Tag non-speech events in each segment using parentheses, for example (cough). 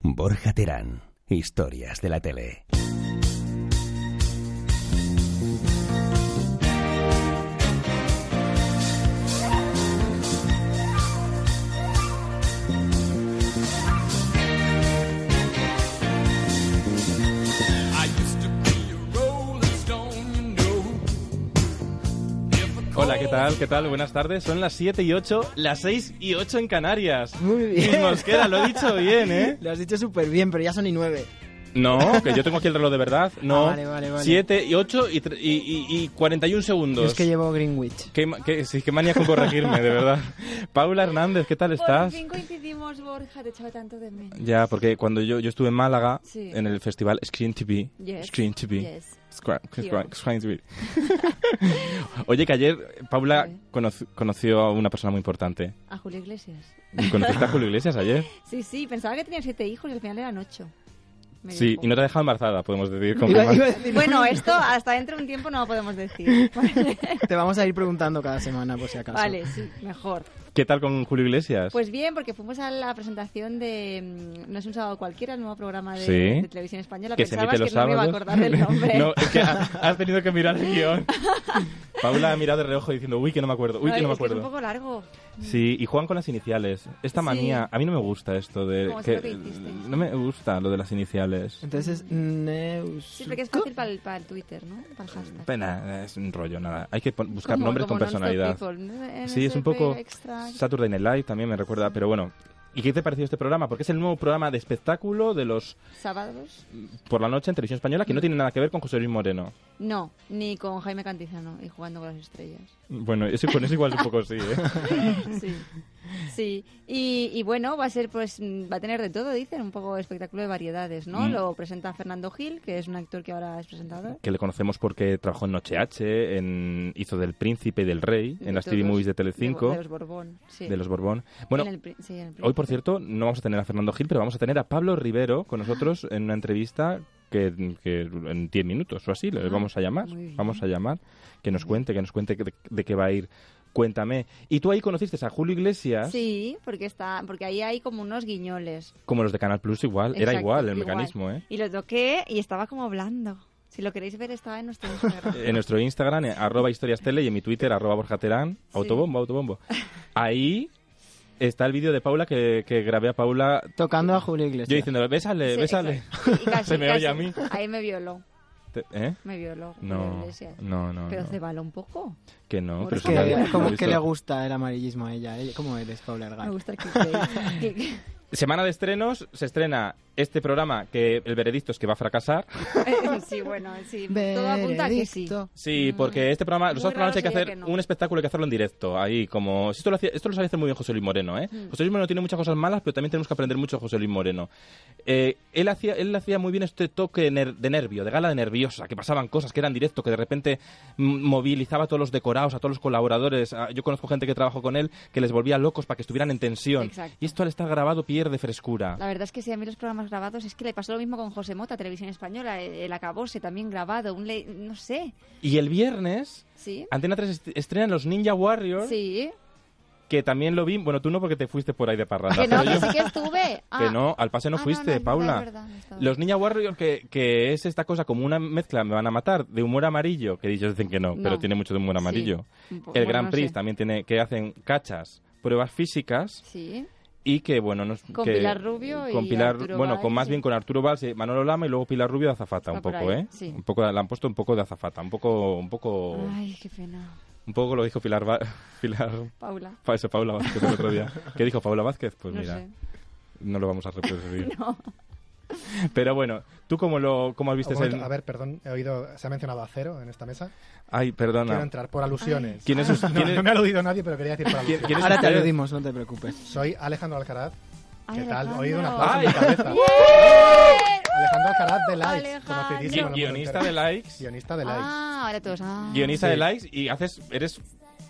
Borja Terán, Historias de la Tele. Hola, ¿qué tal? ¿Qué tal? Buenas tardes. Son las 7 y 8, las 6 y 8 en Canarias. Muy bien. Y Mosquera, lo he dicho bien, ¿eh? Lo has dicho súper bien, pero ya son y nueve. No, que yo tengo aquí el reloj de verdad. No, Ah, vale, vale, vale. 7 y 8 y, tre- y, y- y 41 Yo segundos. es que llevo Greenwich. Qué, ma- qué- sí, qué manía con corregirme, de (laughs) verdad. Paula Hernández, ¿qué tal Por estás? fin coincidimos, Borja, te echaba tanto de menos. Ya, porque cuando yo, yo estuve en Málaga, Sí. en el festival Screen TV. Yes. Screen TV. Yes. Scra- scra- Tío. scra- (laughs) scra- Oye, que ayer Paula Sí. conoc- conoció a una persona muy importante. A Julio Iglesias. (laughs) ¿Conociste a Julio Iglesias ayer? Sí, sí, pensaba que tenía siete hijos y al final eran ocho. Me Sí, dijo. y no te ha dejado embarazada, podemos decir. (laughs) con Iba- Juan. iba a decir, Bueno, esto hasta dentro de un tiempo no lo podemos decir. (laughs) Vale, te vamos a ir preguntando cada semana, por si acaso. Vale, sí, mejor. ¿Qué tal con Julio Iglesias? Pues bien, porque fuimos a la presentación de mm, No es un sábado cualquiera, el nuevo programa de, Sí. de televisión española. que se Pensabas emite los que no me sábados. iba a acordar (laughs) del nombre. no, es que ha- has tenido que mirar el guión. (laughs) Paula ha mirado de reojo diciendo, uy, que no me acuerdo, uy, Ay, que no me es es un acuerdo. poco largo. Sí, y Juan con las iniciales. Esta Sí. manía, a mí no me gusta esto de... Como es lo que hicisteis. no me gusta lo de las iniciales. Entonces, Neus. Sí, porque es fácil para el, para el Twitter, ¿no? Para el hashtag. Pena, es un rollo, nada. Hay que pon- buscar Como- nombres como con Non-Stop personalidad. People, ¿no? En Sí, es ese un poco extra. Saturday Night Live también me recuerda, pero bueno. ¿Y qué te pareció este programa? Porque es el nuevo programa de espectáculo de los Sábados. por la noche en televisión española Mm. que no tiene nada que ver con José Luis Moreno. No, ni con Jaime Cantizano y jugando con las estrellas. (laughs) Bueno, eso, con eso igual es un poco así, ¿eh? Sí. Sí, y, y bueno, va a ser pues mm, va a tener de todo, dicen, un poco espectáculo de variedades, ¿no? Mm. Lo presenta Fernando Gil, que es un actor que ahora es presentador. (laughs) que le conocemos porque trabajó en Noche H, en, hizo del Príncipe y del Rey, en De las todos TV movies de los- Telecinco, De, de, los Borbón, sí. los Borbón. Bueno, En el pri- sí, en el hoy por príncipe. cierto no vamos a tener a Fernando Gil, pero vamos a tener a Pablo Rivero con nosotros en una entrevista que, que en 10 minutos o así le Ah, vamos a llamar, muy bien. vamos a llamar, que nos cuente, que nos cuente de, de qué va a ir. Cuéntame. Y tú ahí conociste a Julio Iglesias, Sí, porque está, porque ahí hay como unos guiñoles. como los de Canal Plus igual, era Exacto, igual el mecanismo, ¿eh? Y lo toqué y estaba como hablando. Si lo queréis ver, estaba (laughs) en nuestro Instagram. en nuestro Instagram, eh, arroba historias tele, y en mi Twitter, arroba borjaterán, autobombo, autobombo. Ahí está el vídeo de Paula que, que grabé a Paula. Tocando a Julio Yo Iglesias. diciéndole, bésale, Sí, bésale. exacto. Y casi, (laughs) Se me oye casi. a mí. Ahí me violó, Te- ¿Eh? me violó. Julio No, Iglesias. no, no. Pero no. se baló un poco. Que no, pero Porque- sí, ya- ya Que, lo como he que visto. le gusta el amarillismo a ella. ¿eh? Ella- ¿Cómo eres, Paula Me Argal? (laughs) gusta el clickbait. Click. Semana de estrenos, se estrena este programa que el veredicto es que va a fracasar. (laughs) sí, bueno, sí. Todo apunta a que sí. Veredicto. Sí, porque este programa, los Mm. Muy otros programas raro hay que sería hacer que no. un espectáculo, hay que hacerlo en directo, ahí como... Esto lo, hacía- esto lo sabía hacer muy bien José Luis Moreno, ¿eh? Mm. José Luis Moreno tiene muchas cosas malas, pero también tenemos que aprender mucho de José Luis Moreno. Eh, él, hacía, él hacía muy bien este toque ner- de nervio, de gala de nerviosa, que pasaban cosas, que eran directo, que de repente mm, movilizaba a todos los decorados, a todos los colaboradores. A- Yo conozco gente que trabajó con él que les volvía locos para que estuvieran en tensión. Exacto. Y esto al estar grabado pierde frescura. La verdad es que sí, a mí los programas grabados es que le pasó lo mismo con José Mota, Televisión Española, el el acabose también grabado, un le- no sé, Y el viernes, ¿sí? Antena 3 est- estrenan los Ninja Warriors, Sí, que también lo vi... Bueno, tú no porque te fuiste por ahí de parranda. que no, Ah, pero que yo- sí que estuve. (laughs) Ah. Que no, al pase no Ah, fuiste, es verdad, Paula. es verdad, no estaba. Los Ninja Warrior, que, que es esta cosa como una mezcla, me van a matar, de humor amarillo, que ellos dicen que no, No. pero tiene mucho de humor Sí. amarillo. Un po- El bueno, Gran no Prix sé. también tiene, que hacen cachas, pruebas físicas Sí, y que, bueno, nos, Con que- Pilar Rubio y con Pilar- Arturo bueno, Valls, con más sí. bien con Arturo Valls, y Manolo Lama y luego Pilar Rubio de azafata, Va un por poco, ahí, ¿eh? sí. Un poco, le han puesto un poco de azafata, un poco, un poco, ay, qué pena, un poco lo dijo Pilar, Va- (laughs) Pilar, Paula, Pa- eso, Paula Vázquez el otro día. ¿Qué dijo Paula Vázquez? Pues no mira. sé. (laughs) No lo vamos a reproducir. Pero bueno, ¿tú cómo lo cómo viste Un momento, el- A ver, perdón, he oído, se ha mencionado a Cero en esta mesa. Ay, Quiero perdona. entrar por alusiones. ¿Quién es us- (laughs) No, quién es- no me ha aludido nadie, pero quería decir por ¿Quién- alusiones. quién es Ahora te usted? aludimos, no te preocupes. Soy Alejandro Alcaraz, Ay, ¿Qué tal? He oído un Alejandro. aplauso en mi Ay. cabeza. Alejandro Alcaraz de Likes, Alejandro. Gui- conocidísimo. en el mundo guionista entero. de likes. Guionista de Likes. Ah, ahora todos. ah. Guionista Sí. de likes y haces, eres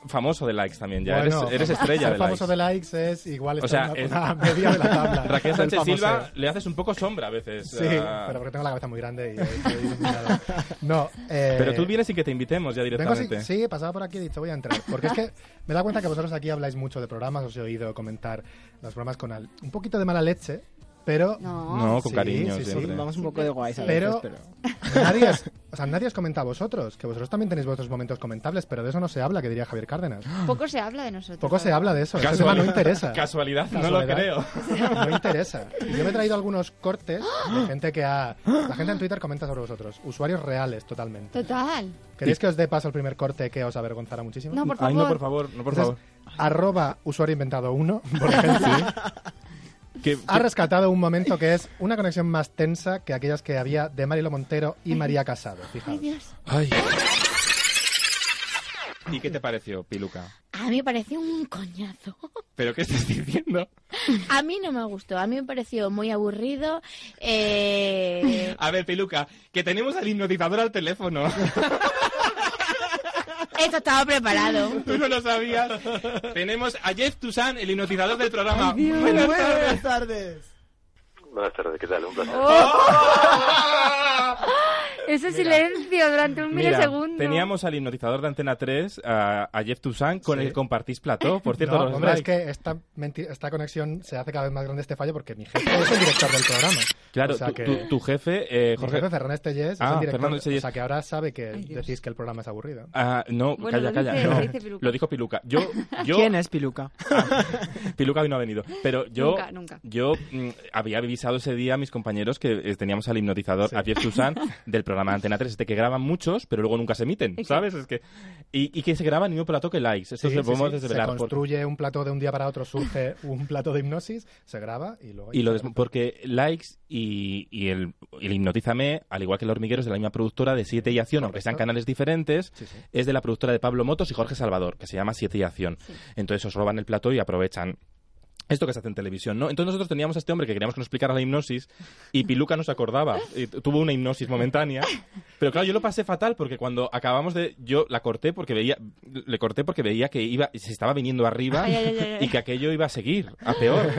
famoso de likes también ya. Bueno, eres, eres estrella ser de likes. famoso de likes es igual O estar sea, en es- la (laughs) media de la (laughs) tabla. Raquel del Sánchez famoseo. Silva le haces un poco sombra a veces. Sí, a- pero porque tengo la cabeza muy grande y estoy (laughs) iluminado. No, eh, Pero tú vienes sin que te invitemos ya Vengo así- directamente. sí, pasaba por aquí y he dicho, voy a entrar. Porque es que me da cuenta que vosotros aquí habláis mucho de programas, os he oído comentar los programas con al- un poquito de mala leche, pero No. No, con Sí, cariño sí, sí. siempre. Vamos un poco de guays a Pero- veces, nadie os, o sea, nadie os comenta a vosotros, que vosotros también tenéis vuestros momentos comentables, pero de eso no se habla, que diría Javier Cárdenas. Poco se habla de nosotros. Poco se habla de eso, ese tema Casualidad- no interesa. Casualidad, no lo Casualidad. creo. No interesa. Y Yo me he traído algunos cortes de gente que ha... La gente en Twitter comenta sobre vosotros. Usuarios reales, totalmente. Total. ¿Queréis que os dé paso el primer corte que os avergonzará muchísimo? No, por favor. Ay, no, por favor, no, por favor. Entonces, arroba usuario (laughs) inventado 1, por ejemplo, Que- ha que- rescatado un momento que es una conexión más tensa que aquellas que había de Marilo Montero y María Casado. Ay, Fijaos. Dios. Ay. ¿Y qué te pareció, Piluca? A mí me pareció un coñazo. ¿Pero qué estás diciendo? A mí no me gustó, a mí me pareció muy aburrido. eh, A ver, Piluca, que tenemos al hipnotizador al teléfono. (laughs) Esto estaba preparado. Tú no lo sabías. tenemos a Jeff Toussaint, el hipnotizador del programa. pero... Buenas Buenas tardes. Buenas tardes, ¿qué tal? Un placer. Oh, (laughs) Ese silencio durante un Mira, milisegundo. teníamos al hipnotizador de Antena 3, a, a Jeff Toussaint, con el que compartís plató, (laughs) por cierto. No, los hombre, es likes. que esta, menti- esta conexión se hace cada vez más grande este fallo porque mi jefe es el director del programa. Claro, o sea tu, que... tu- tu jefe, eh, (laughs) Jorge Jorge... Fernández Tellez es Ah, el director, Fernández Tellez. o sea que ahora sabe que Ay, Dios. decís que el programa es aburrido. Ah, no, Bueno, calla, lo calla. dice- no. lo dice Piluca. Lo dijo Piluca. (laughs) Yo, yo, ¿Quién es Piluca? Piluca hoy no ha venido. Pero yo, Nunca, nunca. yo mm, había avisado ese día a mis compañeros que eh, teníamos al hipnotizador, a Jeff (laughs) Susan, del programa Antena 3, este que graban muchos, pero luego nunca se emiten, ¿sabes? Es que, y, y que se graba el mismo plato que likes. Eso Sí, se lo sí, podemos sí. Se desvelar. por- construye un plato de un día para otro, surge (laughs) un plato de hipnosis, se graba y luego... y lo des- porque likes y, y el, el hipnotízame, al igual que el hormiguero, es de la misma productora de Siete y Acción, aunque sean Correcto. canales diferentes, Sí, sí. es de la productora de Pablo Motos y Jorge Salvador, que se llama Siete y Acción. Entonces os roban el plato y aprovechan esto que se hace en televisión, ¿no? Entonces nosotros teníamos a este hombre que queríamos que nos explicara la hipnosis y Piluca no se acordaba. Y t- tuvo una hipnosis momentánea. Pero claro, yo lo pasé fatal porque cuando acabamos de... Yo la corté porque veía... Le corté porque veía que iba, se estaba viniendo arriba Ay, ay, ay, ay, ay. y que aquello iba a seguir, a peor.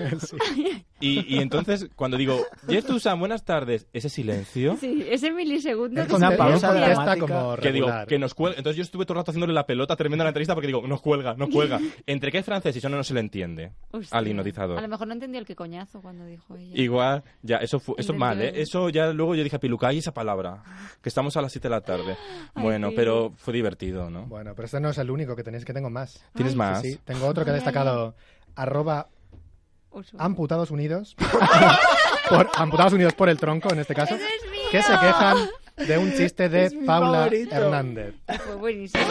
Y, y entonces, cuando digo, Jeff Tusan, buenas tardes, ese silencio... Sí, ese milisegundo. Él que Una conte- se- él pausa contesta dramática. como Que digo, regular. que nos cuelga. Entonces yo estuve todo el rato haciéndole la pelota tremenda en la entrevista porque digo, nos cuelga, nos cuelga. ¿Entre qué es francés? Eso no, no se le entiende Hostia. al A lo hipnotizador. mejor no entendió el que coñazo cuando dijo ella. Igual, ya, eso fue, eso Entendió mal, ¿eh? el- Eso ya luego yo dije a Piluca, "Ay, esa palabra, que estamos a las 7 de la tarde. Ay, Bueno, sí. pero fue divertido, ¿no? Bueno, pero este no es el único que tenéis, que tengo más. ¿Tienes Ay, más? Sí, sí. Tengo otro que ha Ay, ay, destacado, arroba Uso. Ah. amputados unidos, (laughs) por, amputados unidos por el tronco en este caso, ¡Ese es mío! que se quejan de un chiste de Es mi Paula favorito. Hernández. Fue buenísimo.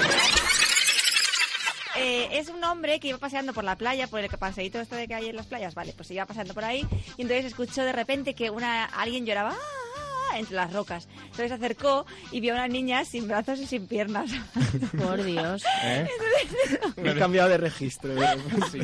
Eh, es un hombre que iba paseando por la playa, por el paseíto esto de que hay en las playas, vale, pues iba paseando por ahí y entonces escuchó de repente que una alguien lloraba "Ah", entre las rocas. Entonces se acercó y vio a una niña sin brazos y sin piernas. Por Dios. ¿Eh? Me he cambiado de registro. ¿eh? Sí.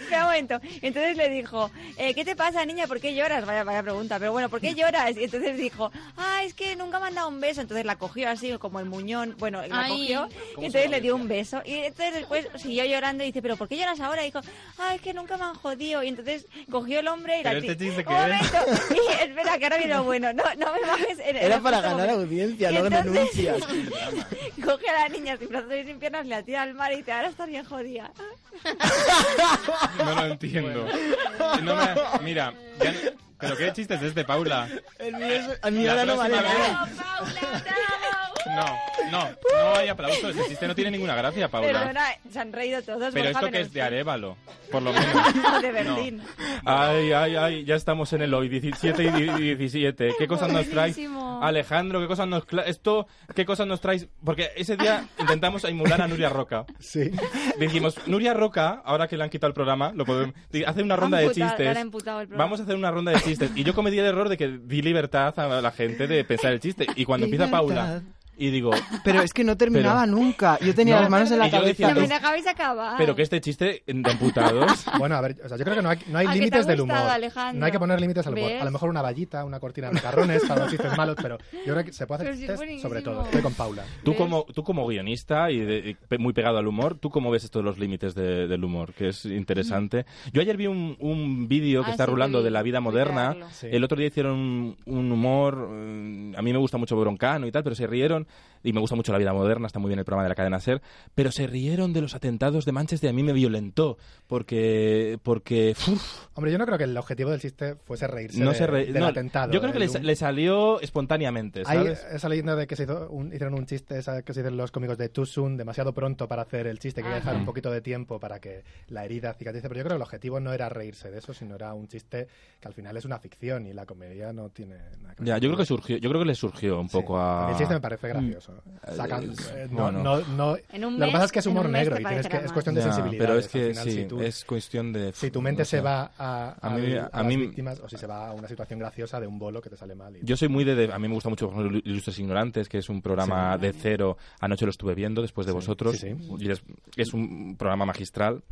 Espera un este momento. Entonces le dijo, eh, ¿qué te pasa, niña? ¿Por qué lloras? Vaya, vaya pregunta. Pero bueno, ¿por qué lloras? Y entonces dijo, ah, es que nunca me han dado un beso. Entonces la cogió así, como el muñón. Bueno, la Ay. cogió. Y entonces le dio un beso. Y entonces después siguió llorando y dice, ¿pero por qué lloras ahora? Y dijo, ah, es que nunca me han jodido. Y entonces cogió el hombre y la Pero este ti- chiste que Un momento. (laughs) Y espera, que ahora viene lo bueno. No, no me bajes. en- en Era el para justo ganar momento. audiencia, Y no entonces- denuncias. Coge a la niña sin brazos y sin piernas, la tira al mar y dice, ahora estás bien jodida. No lo entiendo. No me- mira, ya no- pero qué chiste es este, Paula. El mío es- a mí La ahora no vale próxima vez- nada. No, no, no hay aplausos. Este chiste no tiene ninguna gracia, Paula. Perdona, se han reído todos. Pero Borja, esto que menos es de tú. Arevalo, por lo (laughs) menos. No, (laughs) de Berlín. Ay, ay, ay, ya estamos en el hoy, 17 y di- 17. ¿Qué cosas nos traes, Buenísimo. Alejandro? ¿Qué cosas nos cla- esto? ¿Qué cosas nos traes? Porque ese día intentamos emular a Nuria Roca. Sí. Dijimos, Nuria Roca, ahora que le han quitado el programa, lo podemos di- hace una ronda de Amputado, ahora chistes. amputado el programa. Vamos a hacer una ronda de chistes. Y yo cometí el error de que di libertad a la gente de pensar el chiste. Y cuando empieza Paula, Y digo, Pero es que no terminaba nunca. Yo tenía No, las manos en la y yo decía, cabeza. No me dejabais acabar. pero que este chiste de amputados. Bueno, a ver, o sea, yo creo que no hay, no hay Ah, que te límites ha del humor. gustado, Alejandro. No hay que poner límites al humor. ¿Ves? A lo mejor una vallita, una cortina de macarrones para los chistes malos, pero yo creo que se puede hacer Pero sí es test buenísimo. sobre todo. Estoy con Paula. Tú ¿Ves? como, tú como guionista y, de- y pe- muy pegado al humor, ¿tú cómo ves esto de los límites de- del humor? Que es interesante. Yo ayer vi un, un vídeo que Mm. Ah, está sí, rulando vi. de la vida Voy a moderna. verlo. Sí. El otro día hicieron un, un humor, mm, a mí me gusta mucho Broncano y tal, pero se rieron, y me gusta mucho la vida moderna, está muy bien el programa de la cadena SER, pero se rieron de los atentados de Manchester y a mí me violentó, porque... porque uf, Hombre, yo no creo que el objetivo del chiste fuese reírse no de- se re- del no, atentado. Yo creo que del le, hum- sa- le salió espontáneamente, Hay eh, ¿sabes? esa leyenda de que se hizo un- hicieron un chiste, esa que se dicen los cómicos de too soon, demasiado pronto para hacer el chiste, que hay que dejar un poquito de tiempo para que la herida cicatrice. Pero yo creo que el objetivo no era reírse de eso, sino era un chiste que al final es una ficción y la comedia no tiene nada que ver. Ya, yo creo que surgió, yo creo que le surgió un Sí. poco a... El chiste me parece gracioso. Sacan- Eh, eh, no, bueno. no, no. En un Lo que mes- pasa es que es en humor un mes negro te y tienes que, parecerá es cuestión de Ya, sensibilidad. Pero es que final, sí, si tú- es cuestión de... si tu mente no sé. se va a, A mí- al- a las mí- víctimas o si se va a una situación graciosa de un bolo que te sale mal. y- Yo soy muy de, de- A mí me gusta mucho, por ejemplo, Ilustres Ignorantes, que es un programa de cero. Anoche lo estuve viendo después de vosotros. sí, sí. Y es, es un programa magistral.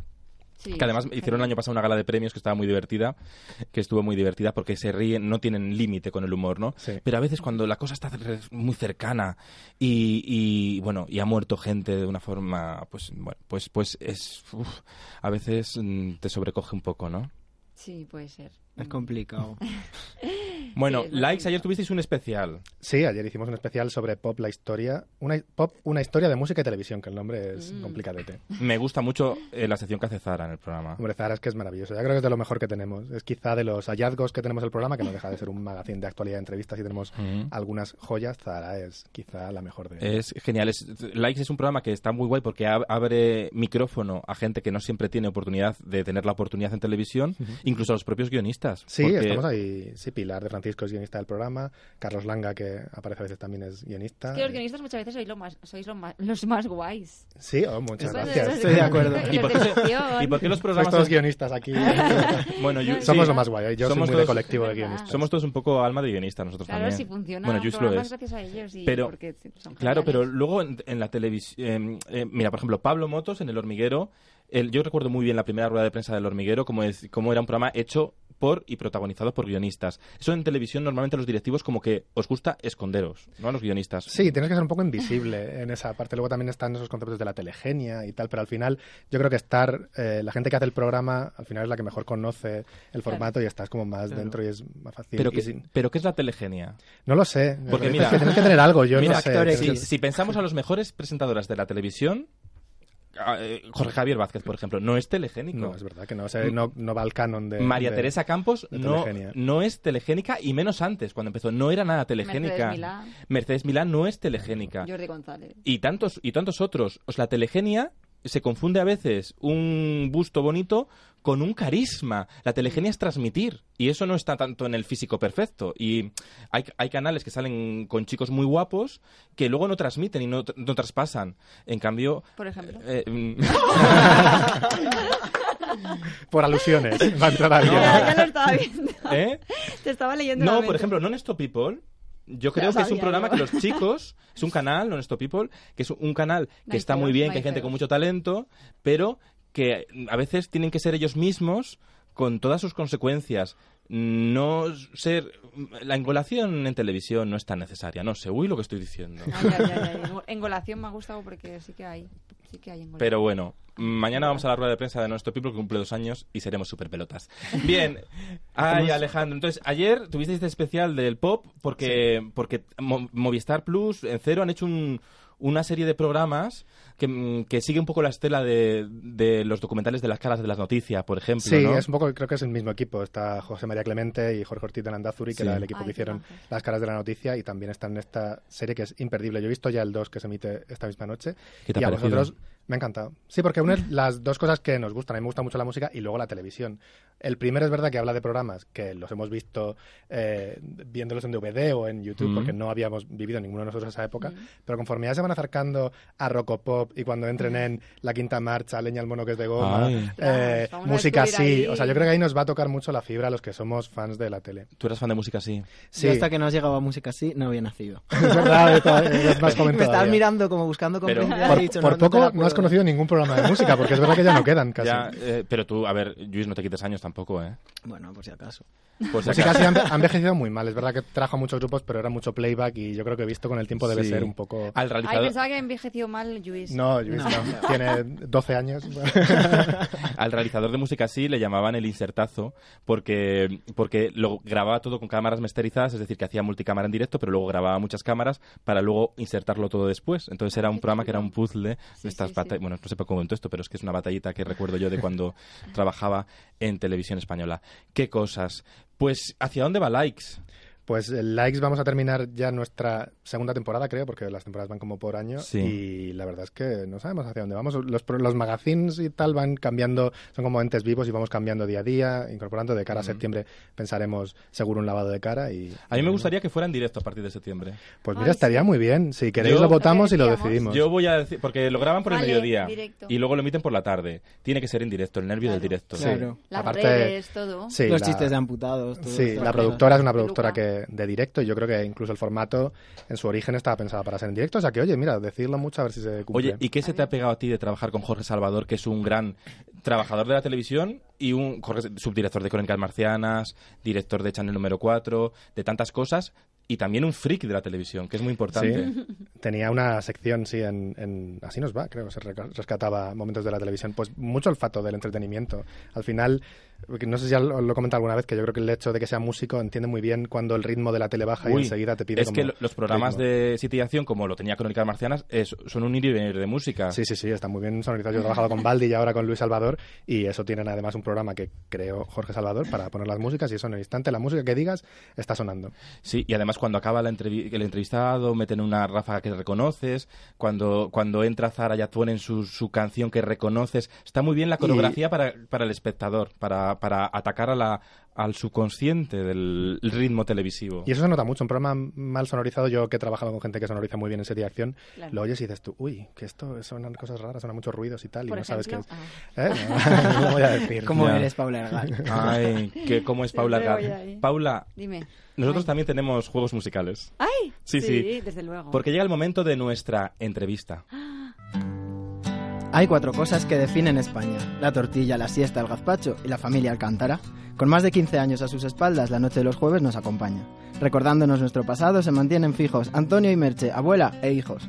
Sí. Que además hicieron el año pasado una gala de premios que estaba muy divertida, que estuvo muy divertida porque se ríen, no tienen límite con el humor, ¿no? Sí. Pero a veces cuando la cosa está re- muy cercana y, y, bueno, y ha muerto gente de una forma, pues bueno, pues pues es uf, a veces mm, te sobrecoge un poco, ¿no? Sí, puede ser. (laughs) Es complicado. Bueno, es muy likes, complicado. ayer tuvisteis un especial. Sí, ayer hicimos un especial sobre Pop la historia, una Pop una historia de música y televisión, que el nombre es Mm. complicadete. Me gusta mucho eh, la sección que hace Zara en el programa. Hombre, Zara es que es maravilloso. Yo creo que es de lo mejor que tenemos. Es quizá de los hallazgos que tenemos el programa, que no deja de ser un magazine de actualidad, entrevistas y tenemos Mm. algunas joyas. Zara es quizá la mejor de Es genial. Es, Likes es un programa que está muy guay porque ab- abre micrófono a gente que no siempre tiene oportunidad de tener la oportunidad en televisión, incluso a los propios guionistas. Sí, porque- estamos ahí. Sí, Pilar de Francisco es guionista del programa. Carlos Langa, que aparece a veces también es guionista. Es que los guionistas muchas veces sois, lo más, sois lo más, los más guays. Sí, oh, muchas Eso es- gracias. eso es- de (laughs) acuerdo. y ¿Y los por, de qué, sección. y por qué los Somos programas... todos guionistas aquí. (laughs) bueno, (laughs) yo- Somos sí, lo más guay. Yo Somos soy muy de todos- colectivo de Es verdad. guionistas. somos todos un poco alma de guionista nosotros Claro, también. si funciona bueno, un Yus lo programa es. gracias a ellos y Pero- porque son Claro, pero geniales. luego en, en la televisión... mira, por ejemplo, Pablo Motos en El Hormiguero. el- yo recuerdo muy bien la primera rueda de prensa del Hormiguero, como, es, como era un programa hecho por y protagonizado por guionistas. Eso en televisión normalmente los directivos como que os gusta esconderos, ¿no? A los guionistas. Sí, tienes que ser un poco invisible en esa parte. Luego también están esos conceptos de la telegenia y tal, pero al final yo creo que estar, eh, la gente que hace el programa, al final es la que mejor conoce el formato y estás como más dentro y es más fácil. Pero Y que, sin- pero ¿qué es la telegenia? No lo sé. Me Porque parece mira- que tienes que tener algo, yo (laughs) Mira, no sé. actores, Tienes Si, que- si pensamos a los mejores presentadoras de la televisión, a- eh, Jorge Javier Vázquez, por ejemplo, no es telegénico. No, es verdad que no, sé, no, no va al canon de... María de- Teresa Campos de no, telegenia. no es telegénica y menos antes, cuando empezó. No era nada telegénica. Mercedes Milá, Mercedes Milán no es telegénica. Jordi González. Y tantos, y tantos otros. O sea, la telegenia se confunde a veces un busto bonito con un carisma. La telegenia es transmitir. Y eso no está tanto en el físico perfecto. Y hay, hay canales que salen con chicos muy guapos que luego no transmiten y no, tr- no traspasan. En cambio... Por ejemplo. eh, (laughs) mm, (laughs) Por alusiones, va a entrar alguien. Ya, ya lo estaba viendo. ¿eh? Te estaba leyendo. la No, mente. por ejemplo, Non Stop People. Yo creo lo que es un sabía programa yo. que los chicos, es un canal, Non Stop People, que es un canal que No hay está muy pelos, bien, no que hay hay gente con pelos. mucho talento, pero que a veces tienen que ser ellos mismos con todas sus consecuencias. No ser. La engolación en televisión no es tan necesaria, no sé, uy, lo que estoy diciendo. Ah, ya, ya, ya, ya. Engolación me ha gustado porque sí que hay. Sí que hay engolación. Pero bueno, mañana vamos a la rueda de prensa de nuestro People, que cumple dos años y seremos super pelotas. (laughs) Bien, ay Alejandro, entonces ayer tuvisteis este especial del pop porque, porque Mo- Movistar Plus en cero han hecho un- una serie de programas que, mm, que sigue un poco la estela de, de los documentales de las caras de las noticias, por ejemplo. Sí, ¿no? es un poco, creo que es el mismo equipo. Está José María Clemente y Jorge Ortiz de Landazuri, que Sí. era el equipo Ay, que qué hicieron majos. Las caras de la noticia y también están en esta serie que es imperdible. Yo he visto ya el 2 que se emite esta misma noche. ¿Qué te y ha a parecido? vosotros me ha encantado. Sí, porque une las dos cosas que nos gustan. A mí me gusta mucho la música y luego la televisión. El primero es verdad que habla de programas que los hemos visto eh, viéndolos en DVD o en YouTube, Mm. porque no habíamos vivido ninguno de nosotros esa época, Mm. pero conforme ya se van acercando a Rocopop y cuando entren en La Quinta Marcha, Leña al Mono que es de goma, Ay. eh, Mm. Vamos, vamos a música así, descubrir ahí. o sea, yo creo que ahí nos va a tocar mucho la fibra a los que somos fans de la tele. Tú eras fan de música, sí. Sí, Yo hasta que no llegaba música así, no había nacido. (laughs) es verdad, es verdad, es más (laughs) joven Me estás todavía. mirando como buscando Pero- complicidad. Por, he dicho, por no, no te poco la no, puedo has dar. conocido ningún programa de música, porque es verdad que ya no quedan casi. Ya, eh, pero tú, a ver, Luis, no te quites años tampoco, (laughs) ¿eh? Pues Bueno, por si acaso. Por si Música acaso. sí ha enve- ha envejecido muy mal. Es verdad que trajo a muchos grupos, pero era mucho playback y yo creo que visto con el tiempo debe Sí. ser un poco... Al Ay, realizador, pensaba que envejeció mal Luis. (laughs) No, Luis, no. Tiene 12 años. (laughs) al realizador de música sí le llamaban el insertazo porque, porque lo grababa todo con cámaras masterizadas, es decir, que hacía multicámara en directo, pero luego grababa muchas cámaras para luego insertarlo todo después. Entonces era un programa que era un puzzle de Sí, estas sí, bata- sí. Bueno, no sé por cómo cuento esto, pero es que es una batallita que recuerdo yo de (laughs) cuando trabajaba en televisión española. ¿Qué cosas? Pues, ¿hacia dónde va Likes? Pues eh, Likes vamos a terminar ya nuestra segunda temporada, creo, porque las temporadas van como por año. Sí. Y la verdad es que no sabemos hacia dónde vamos. Los, pro- los magazines y tal van cambiando, son como entes vivos y vamos cambiando día a día, incorporando. De cara a septiembre pensaremos seguro un lavado de cara. y A mí me gustaría que fuera en directo a partir de septiembre. Pues Ay, mira, sí. estaría muy bien. Si queréis Yo- lo votamos y lo Deberíamos. decidimos. Yo voy a decir, porque lo graban por Vale, el mediodía directo. y luego lo emiten por la tarde. Tiene que ser en directo, el nervio Claro. del directo. Sí. Claro. Las Aparte- redes, todo. Sí, Los la- chistes de amputados. todo Sí, esto. la productora es una productora Peluca. que de directo y yo creo que incluso el formato en su origen estaba pensado para ser en directo. O sea que, oye, mira, decirlo mucho a ver si se cumple. Oye, ¿y qué se te ha pegado a ti de trabajar con Jorge Salvador, que es un gran trabajador de la televisión y un Jorge- subdirector de Crónicas Marcianas, director de Channel número 4, de tantas cosas, y también un freak de la televisión, que es muy importante? Sí. Tenía una sección, sí, en, en- Así nos va, creo, se reca- rescataba momentos de la televisión. Pues mucho olfato del entretenimiento. Al final, porque no sé si ya lo, lo he comentado alguna vez, que yo creo que el hecho de que sea músico entiende muy bien cuando el ritmo de la tele baja Uy, y enseguida te pide es como que lo- los programas ritmo. de City y Acción, como lo tenía Crónicas Marcianas, es- son un ir y venir de música. Sí, sí, sí, está muy bien sonorizado. Yo he trabajado con Baldi y ahora con Luis Salvador y eso tienen además un programa que creó Jorge Salvador para poner las músicas y eso en el instante, la música que digas está sonando. Sí, y además cuando acaba la entrevi- el entrevistado, meten una ráfaga que reconoces, cuando, cuando entra Zara Yatun en su, su canción que reconoces, está muy bien la coreografía para, para el espectador, para, para atacar a la, al subconsciente del ritmo televisivo. Y eso se nota mucho, un programa mal sonorizado, yo que he trabajado con gente que sonoriza muy bien en serie de acción, Claro. lo oyes y dices tú, uy, que esto sonan cosas raras, suenan muchos ruidos y tal, y Por no sabes qué ejemplo. ah. es. ¿Eh? (laughs) No, no voy a decir. ¿Cómo Ya. eres, Paula (laughs) Argal? Ay, que cómo (laughs) es Paula Siempre voy Gar- ahí. Paula, Ah, dime. nosotros Ay. también tenemos juegos musicales. ¡Ay! Sí, sí. desde luego. Porque llega el momento de nuestra entrevista. Hay cuatro cosas que definen España: la tortilla, la siesta, el gazpacho y la familia Alcántara. Con más de 15 años a sus espaldas, la noche de los jueves nos acompaña. Recordándonos nuestro pasado, se mantienen fijos Antonio y Merche, abuela e hijos.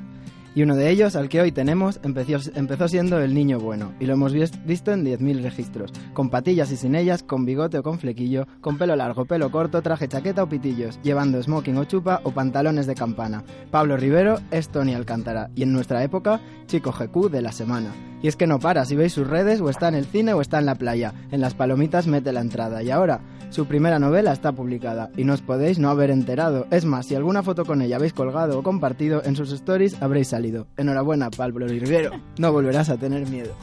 Y uno de ellos, al que hoy tenemos, empezó, empezó siendo el niño bueno, y lo hemos vis- visto en 10.000 registros, con patillas y sin ellas, con bigote o con flequillo, con pelo largo, pelo corto, traje, chaqueta o pitillos, llevando smoking o chupa o pantalones de campana. Pablo Rivero es Tony Alcántara, y en nuestra época, Chico GQ de la semana. Y es que no para, si veis sus redes, o está en el cine o está en la playa. En las palomitas mete la entrada. Y ahora, su primera novela está publicada, y no os podéis no haber enterado. Es más, si alguna foto con ella habéis colgado o compartido en sus stories, habréis salido. Enhorabuena, Pablo Rivero. No volverás a tener miedo.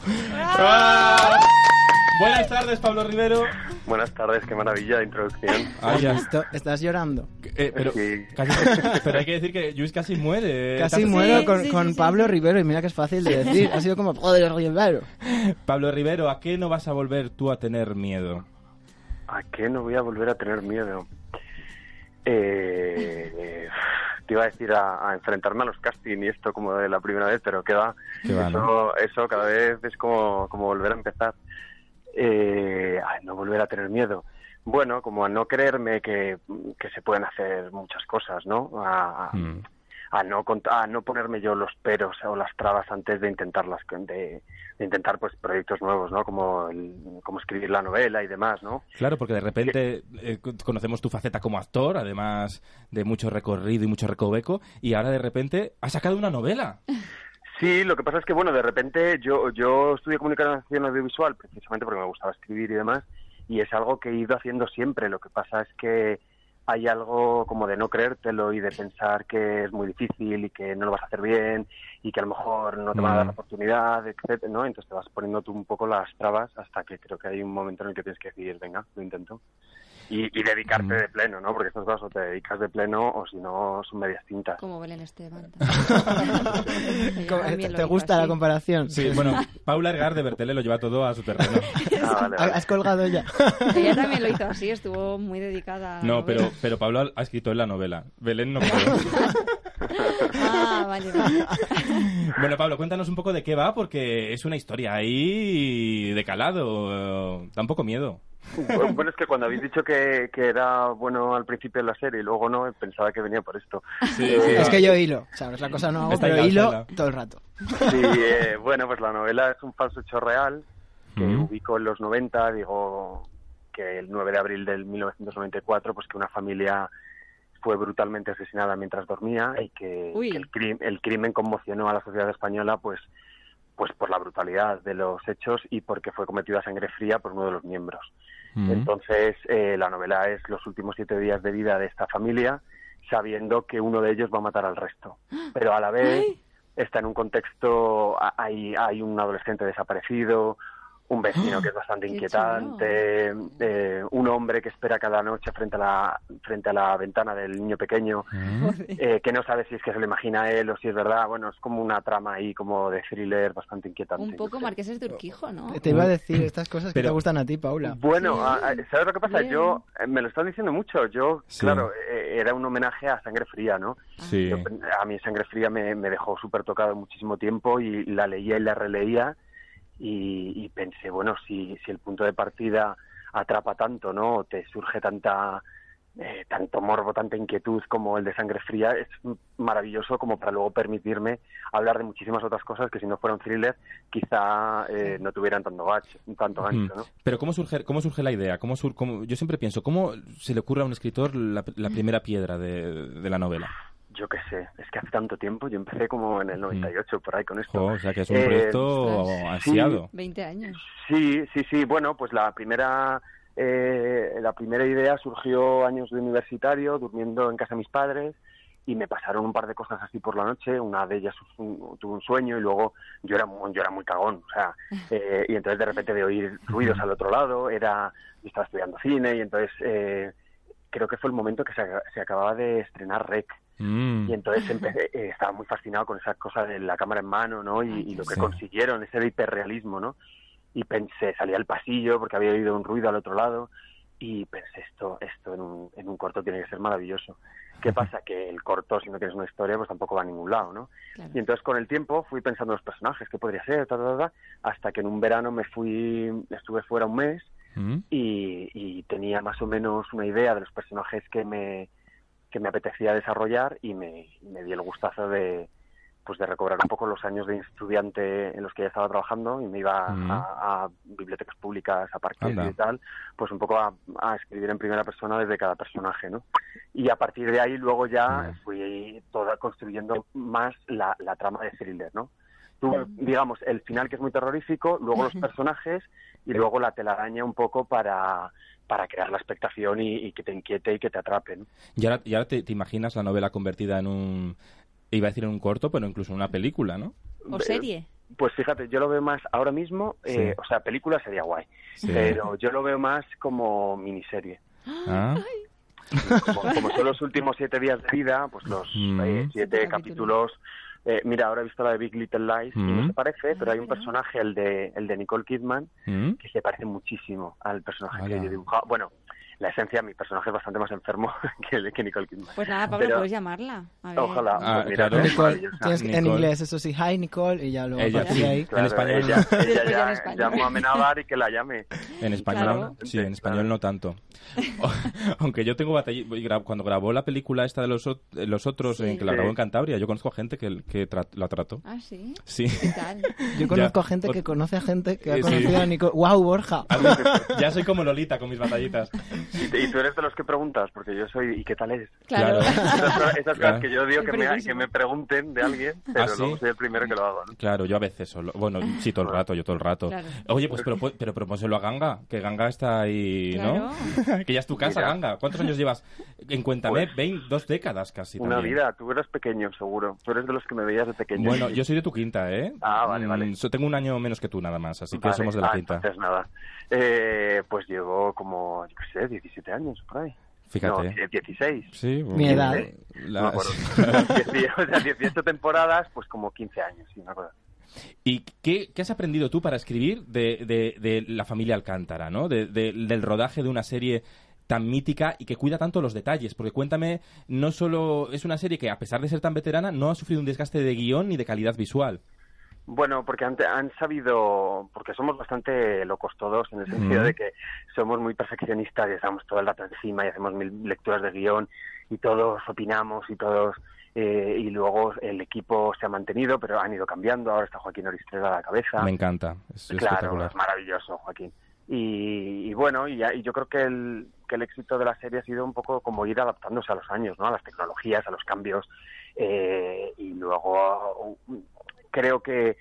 ¡Ah! Buenas tardes, Pablo Rivero. Buenas tardes, qué maravilla de introducción. Ay, Ah, ya. Esto- estás llorando. Eh, pero, Sí. (laughs) casi- pero hay que decir que Luis casi muere. Casi Tanto- muero sí, con, sí, con sí, sí. Pablo Rivero, y mira que es fácil de decir. Ha sido como (laughs) Pablo Rivero. (laughs) Pablo Rivero, ¿a qué no vas a volver tú a tener miedo? ¿A qué no voy a volver a tener miedo? Eh, eh, te iba a decir a, a enfrentarme a los casting y esto como de la primera vez, pero que va. Qué va, eso, eso cada vez es como, como volver a empezar. Eh, a no volver a tener miedo. Bueno, como a no creerme que, que se pueden hacer muchas cosas, ¿no? A, a- Mm. a no cont- a no ponerme yo los peros o las trabas antes de intentarlas de, de intentar pues proyectos nuevos no como el- como escribir la novela y demás no Claro, porque de repente eh, co- conocemos tu faceta como actor, además de mucho recorrido y mucho recoveco, y ahora de repente has sacado una novela. sí lo que pasa es que bueno de repente yo yo estudié comunicación audiovisual precisamente porque me gustaba escribir y demás y es algo que he ido haciendo siempre lo que pasa es que hay algo como de no creértelo y de pensar que es muy difícil y que no lo vas a hacer bien y que a lo mejor no te van a dar la Mm. oportunidad, etcétera, ¿no? Entonces te vas poniendo tú un poco las trabas hasta que creo que hay un momento en el que tienes que decidir, venga, lo intento. Y, y dedicarte Mm. de pleno, ¿no? Porque estas cosas o te dedicas de pleno o si no son medias tintas. Como (laughs) Belén Esteban. ¿Cómo- ¿Te, te gusta la comparación? (laughs) Sí, bueno, Paula Ergar de Bertele lo lleva todo a su terreno. Ah, vale, vale. ¿Has colgado ya? Ella también lo hizo así, estuvo muy dedicada. a la No, pero, novela. pero Paula ha escrito en la novela. Belén no (laughs) creo. Ah, vale, vale. Bueno, Pablo, cuéntanos un poco de qué va, porque es una historia ahí de calado. eh, Da un poco miedo. Bueno, bueno, es que cuando habéis dicho que, que era bueno al principio de la serie y luego no, pensaba que venía por esto. Sí, sí. Es que yo hilo, ¿sabes? La cosa no hago, Está pero hilado, hilo está hilado. todo el rato. Sí, eh, bueno, pues la novela es un falso hecho real que Mm. ubico en los 90, digo que el 9 de abril del 1994, pues que una familia fue brutalmente asesinada mientras dormía y que, Uy. que el, crim- el crimen conmocionó a la sociedad española, pues pues por la brutalidad de los hechos y porque fue cometido a sangre fría por uno de los miembros. Mm. Entonces, eh, la novela es los últimos siete días de vida de esta familia, sabiendo que uno de ellos va a matar (gasps) al resto. Pero a la vez está en un contexto, a- hay, hay un adolescente desaparecido, (gasps) un vecino que es bastante Qué inquietante, eh, un hombre que espera cada noche frente a la, frente a la ventana del niño pequeño, eh, que no sabe si es que se lo imagina él o si es verdad. Bueno, es como una trama ahí como de thriller bastante inquietante. Un yo poco creo. Marqueses de Urquijo, ¿no? Te iba a decir estas cosas que Pero- te gustan a ti, Paula. Bueno, a- a- ¿sabes lo que pasa? bien. Yo, eh, me lo están diciendo mucho, yo, Sí. claro, eh, era un homenaje a Sangre Fría, ¿no? Sí. Yo, a mí Sangre Fría me, me dejó súper tocado muchísimo tiempo y la leía y la releía y, y pensé, bueno, si, si el punto de partida atrapa tanto, ¿no? O te surge tanta... eh, tanto morbo, tanta inquietud como el de sangre fría, es maravilloso como para luego permitirme hablar de muchísimas otras cosas que si no fueran thrillers quizá eh, no tuvieran tanto gancho, tanto gancho ¿no? Mm. Pero ¿cómo surge, cómo surge la idea? ¿Cómo sur- cómo- yo siempre pienso, ¿cómo se le ocurre a un escritor la, la primera piedra de, de la novela? Yo qué sé, es que hace tanto tiempo, yo empecé como en el 98 por ahí con esto. Jo, o sea, que es un Eh, proyecto ostras. ansiado. 20 años. Sí, sí, sí, bueno, pues la primera eh, la primera idea surgió años de universitario, durmiendo en casa de mis padres y me pasaron un par de cosas así por la noche, una de ellas un- tuve un sueño y luego yo era muy, yo era muy cagón, o sea, eh, y entonces de repente de oír ruidos al otro lado, era yo estaba estudiando cine y entonces eh, creo que fue el momento que se, ac- se acababa de estrenar Rec. Mm. Y entonces empecé, eh, estaba muy fascinado con esa cosa de la cámara en mano, ¿no? Y, y lo que Sí. consiguieron, ese hiperrealismo, ¿no? Y pensé, salí al pasillo porque había oído un ruido al otro lado y pensé, esto, esto en un, en un corto tiene que ser maravilloso. ¿Qué pasa? Que el corto, si no tienes una historia, pues tampoco va a ningún lado, ¿no? Claro. Y entonces con el tiempo fui pensando en los personajes, qué podría ser, ta, ta, ta, ta, hasta que en un verano me fui, estuve fuera un mes Mm. y, y tenía más o menos una idea de los personajes que me, que me apetecía desarrollar y me, me di el gustazo de pues de recobrar un poco los años de estudiante en los que ya estaba trabajando y me iba Ujú. a, a bibliotecas públicas, a parques Anda. y tal, pues un poco a, a escribir en primera persona desde cada personaje, ¿no? Y a partir de ahí luego ya Ujú. fui toda construyendo más la, la trama de thriller, ¿no? Tuve, digamos, el final que es muy terrorífico, luego los personajes y luego la telaraña un poco para, para crear la expectación y, y que te inquiete y que te atrape. ¿no? Y ahora, y ahora te, te imaginas la novela convertida en un... Iba a decir en un corto, pero incluso en una película, ¿no? O Eh, serie. Pues fíjate, yo lo veo más ahora mismo, Sí. eh, o sea, película sería guay, Sí. pero yo lo veo más como miniserie. Ah. Como, como son los últimos siete días de vida, pues los Mm. eh, siete Siete capítulos. eh, mira, ahora he visto la de Big Little Lies y Mm. no se parece, pero hay un verdad. personaje, el de, el de Nicole Kidman, Mm. que se parece muchísimo al personaje Ala. que yo dibujaba. Bueno, la esencia, mi personaje es bastante más enfermo (laughs) que, el- que Nicole Kidman. Pues nada, Pablo, Pero- puedes llamarla. A ver. Ojalá. Ah, pues mira, claro. es Nicole, maravillosa. tienes que- en Nicole. inglés, eso sí, hi Nicole, y ya luego a Ella, partir sí. de ahí. En español (laughs) ella, no. ella Después Pues ya en ya, español. llamó a Amenábar y que la llame. En español, Claro. sí, en español no tanto. (laughs) (laughs) O- Aunque yo tengo batall- gra- cuando grabó la película esta de los, ot- eh, los otros, en que la Sí. grabó en Cantabria, yo conozco a gente que, que tra- la trató. Ah, sí. (laughs) Sí. ¿Qué tal? Yo conozco Ya. a gente que conoce a gente que Eh, ha sí. conocido a Nicole. ¡Wow, Borja! ya soy como Lolita con mis batallitas. Y, te- y tú eres de los que preguntas, porque yo soy, ¿y qué tal es? Claro. Esas, cosas- esas Claro. cosas que yo odio Es que me, peligrosísimo. que me pregunten de alguien, pero ¿Ah, sí? luego soy el primero que lo hago. ¿no? Claro, yo a veces solo. Bueno, sí, todo el rato, yo todo el rato. Claro. Oye, pues pero, pero propóselo a Ganga, que Ganga está ahí, ¿no? que ya es tu casa, Mira. Ganga. ¿Cuántos años llevas? En Cuéntame, Pues, vein- dos décadas casi. Una también. vida, tú eras pequeño, seguro. Tú eres de los que me veías de pequeño. Bueno, yo soy de tu quinta, ¿eh? Ah, vale, vale. Mm, so- tengo un año menos que tú nada más, así que Vale, somos de la ah, quinta. entonces nada. Eh, pues llevo como, yo qué sé, 17 años por ahí. Fíjate. No, eh, 16. Sí, eh, Mi edad. la- No me (laughs) acuerdo. (laughs) 18, o sea, 18 temporadas, pues como 15 años, sí, me acuerdo. ¿Y qué, qué has aprendido tú para escribir de, de- de la familia Alcántara, ¿no? De- de- del rodaje de una serie tan mítica y que cuida tanto los detalles? Porque cuéntame, no solo es una serie que, a pesar de ser tan veterana, no ha sufrido un desgaste de guión ni de calidad visual. Bueno, porque han, han sabido, porque somos bastante locos todos, en el sentido Ujú. de que somos muy perfeccionistas y estamos todo el rato encima y hacemos mil lecturas de guión y todos opinamos y todos... eh, y luego el equipo se ha mantenido, pero han ido cambiando. Ahora está Joaquín Oristrela a la cabeza. Me encanta, es claro, espectacular. es maravilloso, Joaquín. Y, y bueno, y, y yo creo que el, que el éxito de la serie ha sido un poco como ir adaptándose a los años, ¿no? A las tecnologías, a los cambios. eh, y luego uh, creo que,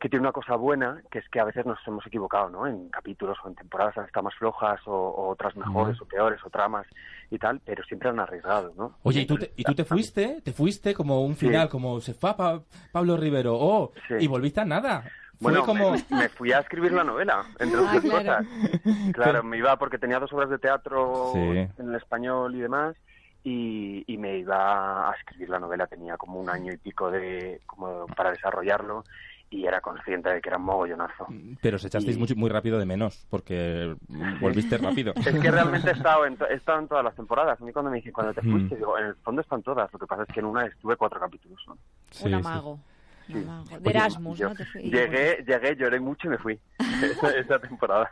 que tiene una cosa buena, que es que a veces nos hemos equivocado, ¿no? En capítulos o en temporadas han estado más flojas o, o otras mejores Ujú. o peores o tramas y tal, pero siempre han arriesgado, ¿no? Oye, ¿y tú, te, y tú te fuiste? ¿Te fuiste como un final, como se fue a Pa- Pablo Rivero? ¡Oh! Sí. Y volviste a nada. Fue Bueno, como... me, me fui a escribir la novela, entre Ah, otras claro. (laughs) cosas. Claro, me iba porque tenía dos obras de teatro Sí. en el español y demás, y, y me iba a escribir la novela. Tenía como un año y pico de como para desarrollarlo y era consciente de que era un mogollonazo. Pero se echasteis Y- muy, muy rápido de menos, porque volviste (laughs) rápido. Es que realmente he estado, en to- he estado en todas las temporadas. A mí cuando me dicen cuando te Mm. fuiste, digo, en el fondo están todas. Lo que pasa es que en una estuve cuatro capítulos. ¿no? Sí, Un sí. amago. Un amago. De Oye, Erasmus, yo ¿no? Te fui- llegué, llegué, lloré mucho y (laughs) me fui (laughs) esa, esa temporada.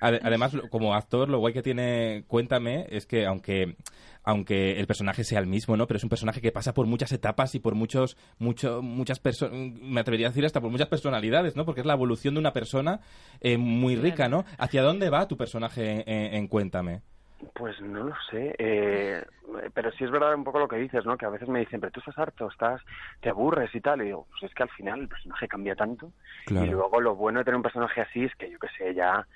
Ade- Además, lo- como actor, lo guay que tiene Cuéntame es que aunque aunque el personaje sea el mismo, ¿no? Pero es un personaje que pasa por muchas etapas y por muchos mucho muchas personas, me atrevería a decir hasta por muchas personalidades, ¿no? Porque es la evolución de una persona eh, muy rica, ¿no? ¿Hacia dónde va tu personaje en, en- en Cuéntame? Pues no lo sé, eh, pero sí es verdad un poco lo que dices, ¿no? Que a veces me dicen, pero tú estás harto, estás, te aburres y tal. Y digo, pues es que al final el personaje cambia tanto. Y luego lo bueno de tener un personaje así es que, yo qué sé, ya,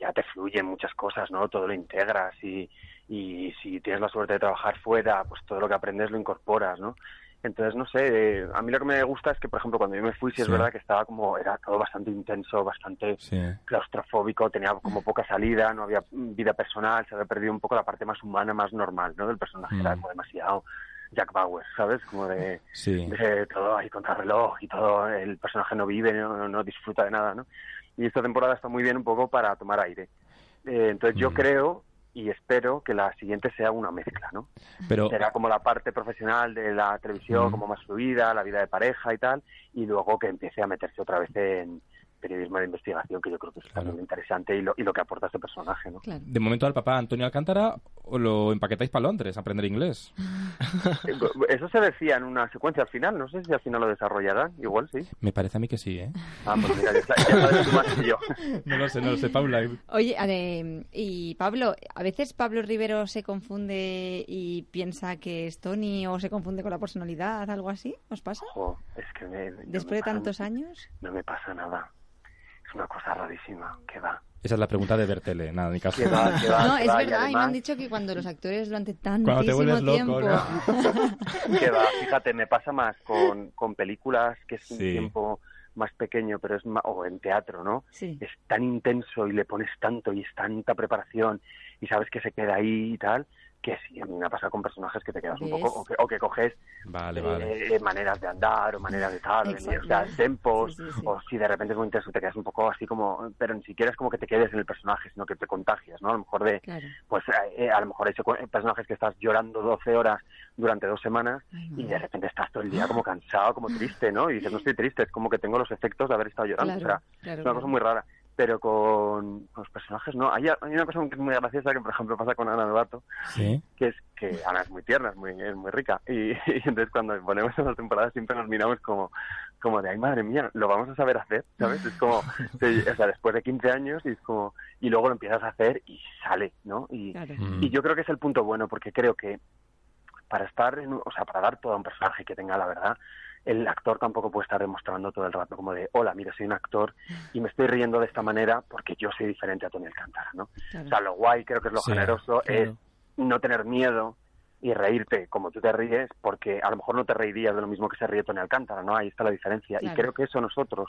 ya te fluyen muchas cosas, ¿no? Todo lo integras y, y si tienes la suerte de trabajar fuera, pues todo lo que aprendes lo incorporas, ¿no? Entonces, no sé, eh, a mí lo que me gusta es que, por ejemplo, cuando yo me fui, sí, es Sí. verdad que estaba como, era todo bastante intenso, bastante Sí. claustrofóbico, tenía como poca salida, no había mm, vida personal, se había perdido un poco la parte más humana, más normal, ¿no? Del personaje Mm. era como demasiado Jack Bauer, ¿sabes? Como de, Sí. de todo ahí contrarreloj y todo, el personaje no vive, no, no- no disfruta de nada, ¿no? Y esta temporada está muy bien un poco para tomar aire. Eh, entonces yo Mm. creo y espero que la siguiente sea una mezcla, ¿no? Pero Será como la parte profesional de la televisión, Mm. como más fluida, la vida de pareja y tal, y luego que empiece a meterse otra vez en periodismo de investigación, que yo creo que es Claro. también interesante y lo, y lo que aporta este (laughs) personaje, ¿no? pues, Claro. de momento al papá Antonio Alcántara o lo empaquetáis para Londres a aprender inglés. Eh, bu- Eso se decía en una secuencia al final, no sé si al final lo desarrollarán, igual sí. Me parece a mí que sí, ¿eh? Ah, pues mira, ya sa- ya sabes tú más que yo. (laughs) No lo sé, no lo sé, Paula. Oye, a ver, y Pablo, a veces Pablo Rivero se confunde y piensa que es Tony o se confunde con la personalidad, algo así, ¿os pasa? Jo, es que me- no me Después de pasa- tantos años. No me pasa nada. Es una cosa rarísima. Que va. Esa es la pregunta de Bertele, nada, ni caso. Que va, que va. No, que es va, verdad, y y me han además, dicho que cuando los actores (laughs) durante Cuando te tantísimo vuelves loco, tiempo... ¿no? que va. Fíjate, me pasa más con, con películas que es un Sí. tiempo más pequeño, pero es ma- o en teatro, ¿no? (laughs) Sí. Es tan intenso y le pones tanto y es tanta preparación y sabes que se queda ahí y tal, que sí, a mí me ha pasado con personajes que te quedas un ¿Ves? poco, o que, o que coges Vale, eh, vale. eh, maneras de andar o maneras de tal, o de- Exacto. o sea, tempos, Sí, sí, sí. o si de repente es muy intenso te quedas un poco así como, pero ni siquiera es como que te quedes en el personaje, sino que te contagias, ¿no? A lo mejor de, Claro. pues eh, a lo mejor hay secu- personajes que estás llorando 12 horas durante dos semanas Ay, y madre. de repente estás todo el día como cansado, como triste, ¿no? Y dices, no estoy triste, es como que tengo los efectos de haber estado llorando. Claro, o claro, sea, es una claro. cosa muy rara. pero con los personajes no. Hay, hay una cosa que es muy graciosa que, por ejemplo, pasa con Ana Lobato, Sí. que es que Ana es muy tierna, es muy, es muy rica. Y, (laughs) y entonces cuando ponemos esas temporadas siempre nos miramos como, como de, ay madre mía, lo vamos a saber hacer, ¿sabes? Es como, sí, o sea, después de 15 años y es como, y luego lo empiezas a hacer y sale, ¿no? Y, Claro. Mm. y yo creo que es el punto bueno, porque creo que para estar, en, un- o sea, para dar todo a un personaje que tenga la verdad, el actor tampoco puede estar demostrando todo el rato como de, hola, mira, soy un actor y me estoy riendo de esta manera porque yo soy diferente a Tony Alcántara, ¿no? O sea, lo guay, creo que es lo Sí, generoso, es claro. no tener miedo y reírte como tú te ríes, porque a lo mejor no te reirías de lo mismo que se ríe Tony Alcántara, ¿no? Ahí está la diferencia. Y Claro. creo que eso nosotros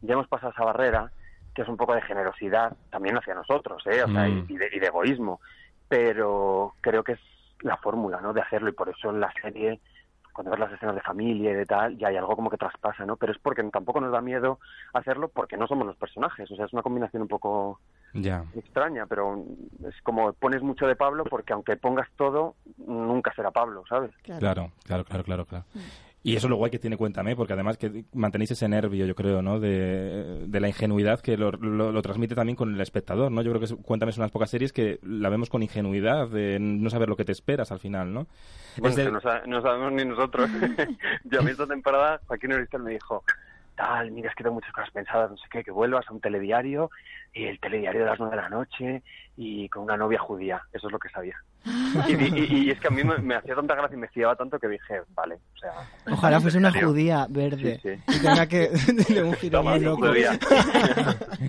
ya hemos pasado esa barrera, que es un poco de generosidad también hacia nosotros, ¿eh? O sea, y, Mm. y de, y de egoísmo. Pero creo que es la fórmula, ¿no? De hacerlo y por eso en la serie cuando ves las escenas de familia y de tal, ya hay algo como que traspasa, ¿no? Pero es porque tampoco nos da miedo hacerlo porque no somos los personajes. O sea, es una combinación un poco Ya. extraña, pero mm, es como pones mucho de Pablo porque aunque pongas todo, nunca será Pablo, ¿sabes? Claro, claro, claro, claro, claro. Y eso es lo guay que tiene Cuéntame, porque además que mantenéis ese nervio, yo creo, ¿no? De, de la ingenuidad que lo, lo- lo transmite también con el espectador, ¿no? Yo creo que es- Cuéntame es una de las pocas series que la vemos con ingenuidad, de no saber lo que te esperas al final, ¿no? Bueno, Es Pues de- que no, sa- no sabemos ni nosotros. Yo a mí esta temporada, Joaquín Oristel me dijo, tal, mira, es que tengo muchas cosas pensadas, no sé qué, que vuelvas a un telediario, y el telediario de las nueve de la noche, y con una novia judía. Eso es lo que sabía. Y, di- y- y es que a mí me, me hacía tanta gracia y me fiaba tanto que dije, vale, o sea... Ojalá fuese una serio. judía verde. Sí, Y tenga que (laughs) de un giro Toma, más loco. judía.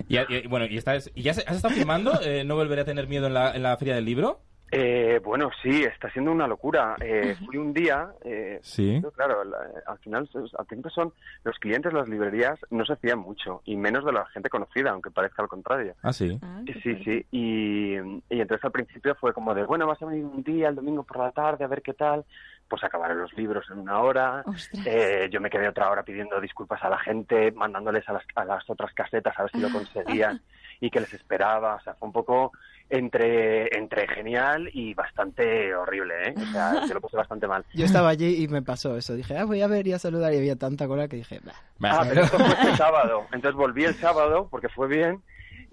y, y- bueno, y, esta es- ¿y ya se- has estado filmando, eh, no volveré a tener miedo en la, en la feria del libro. Eh, bueno, sí, está siendo una locura. Eh, fui un día, eh, Sí. yo, claro, la- al final, es- al tiempo son los clientes de las librerías no se hacían mucho, y menos de la gente conocida, aunque parezca al contrario. Ah, sí. Ah, qué Sí, fuerte. sí, y, y entonces al principio fue como de, bueno, vas a venir un día, el domingo por la tarde, a ver qué tal, pues acabaron los libros en una hora, Ostras. eh, yo me quedé otra hora pidiendo disculpas a la gente, mandándoles a las, a las otras casetas a ver si lo conseguían y que les esperaba. O sea, fue un poco entre, entre genial y bastante horrible, ¿eh? O sea, yo lo puse bastante mal. Yo estaba allí y me pasó eso. Dije, ah, voy a ver y a saludar. Y había tanta cola que dije, bah. Ah, pero esto fue (laughs) el sábado. Entonces volví el sábado porque fue bien.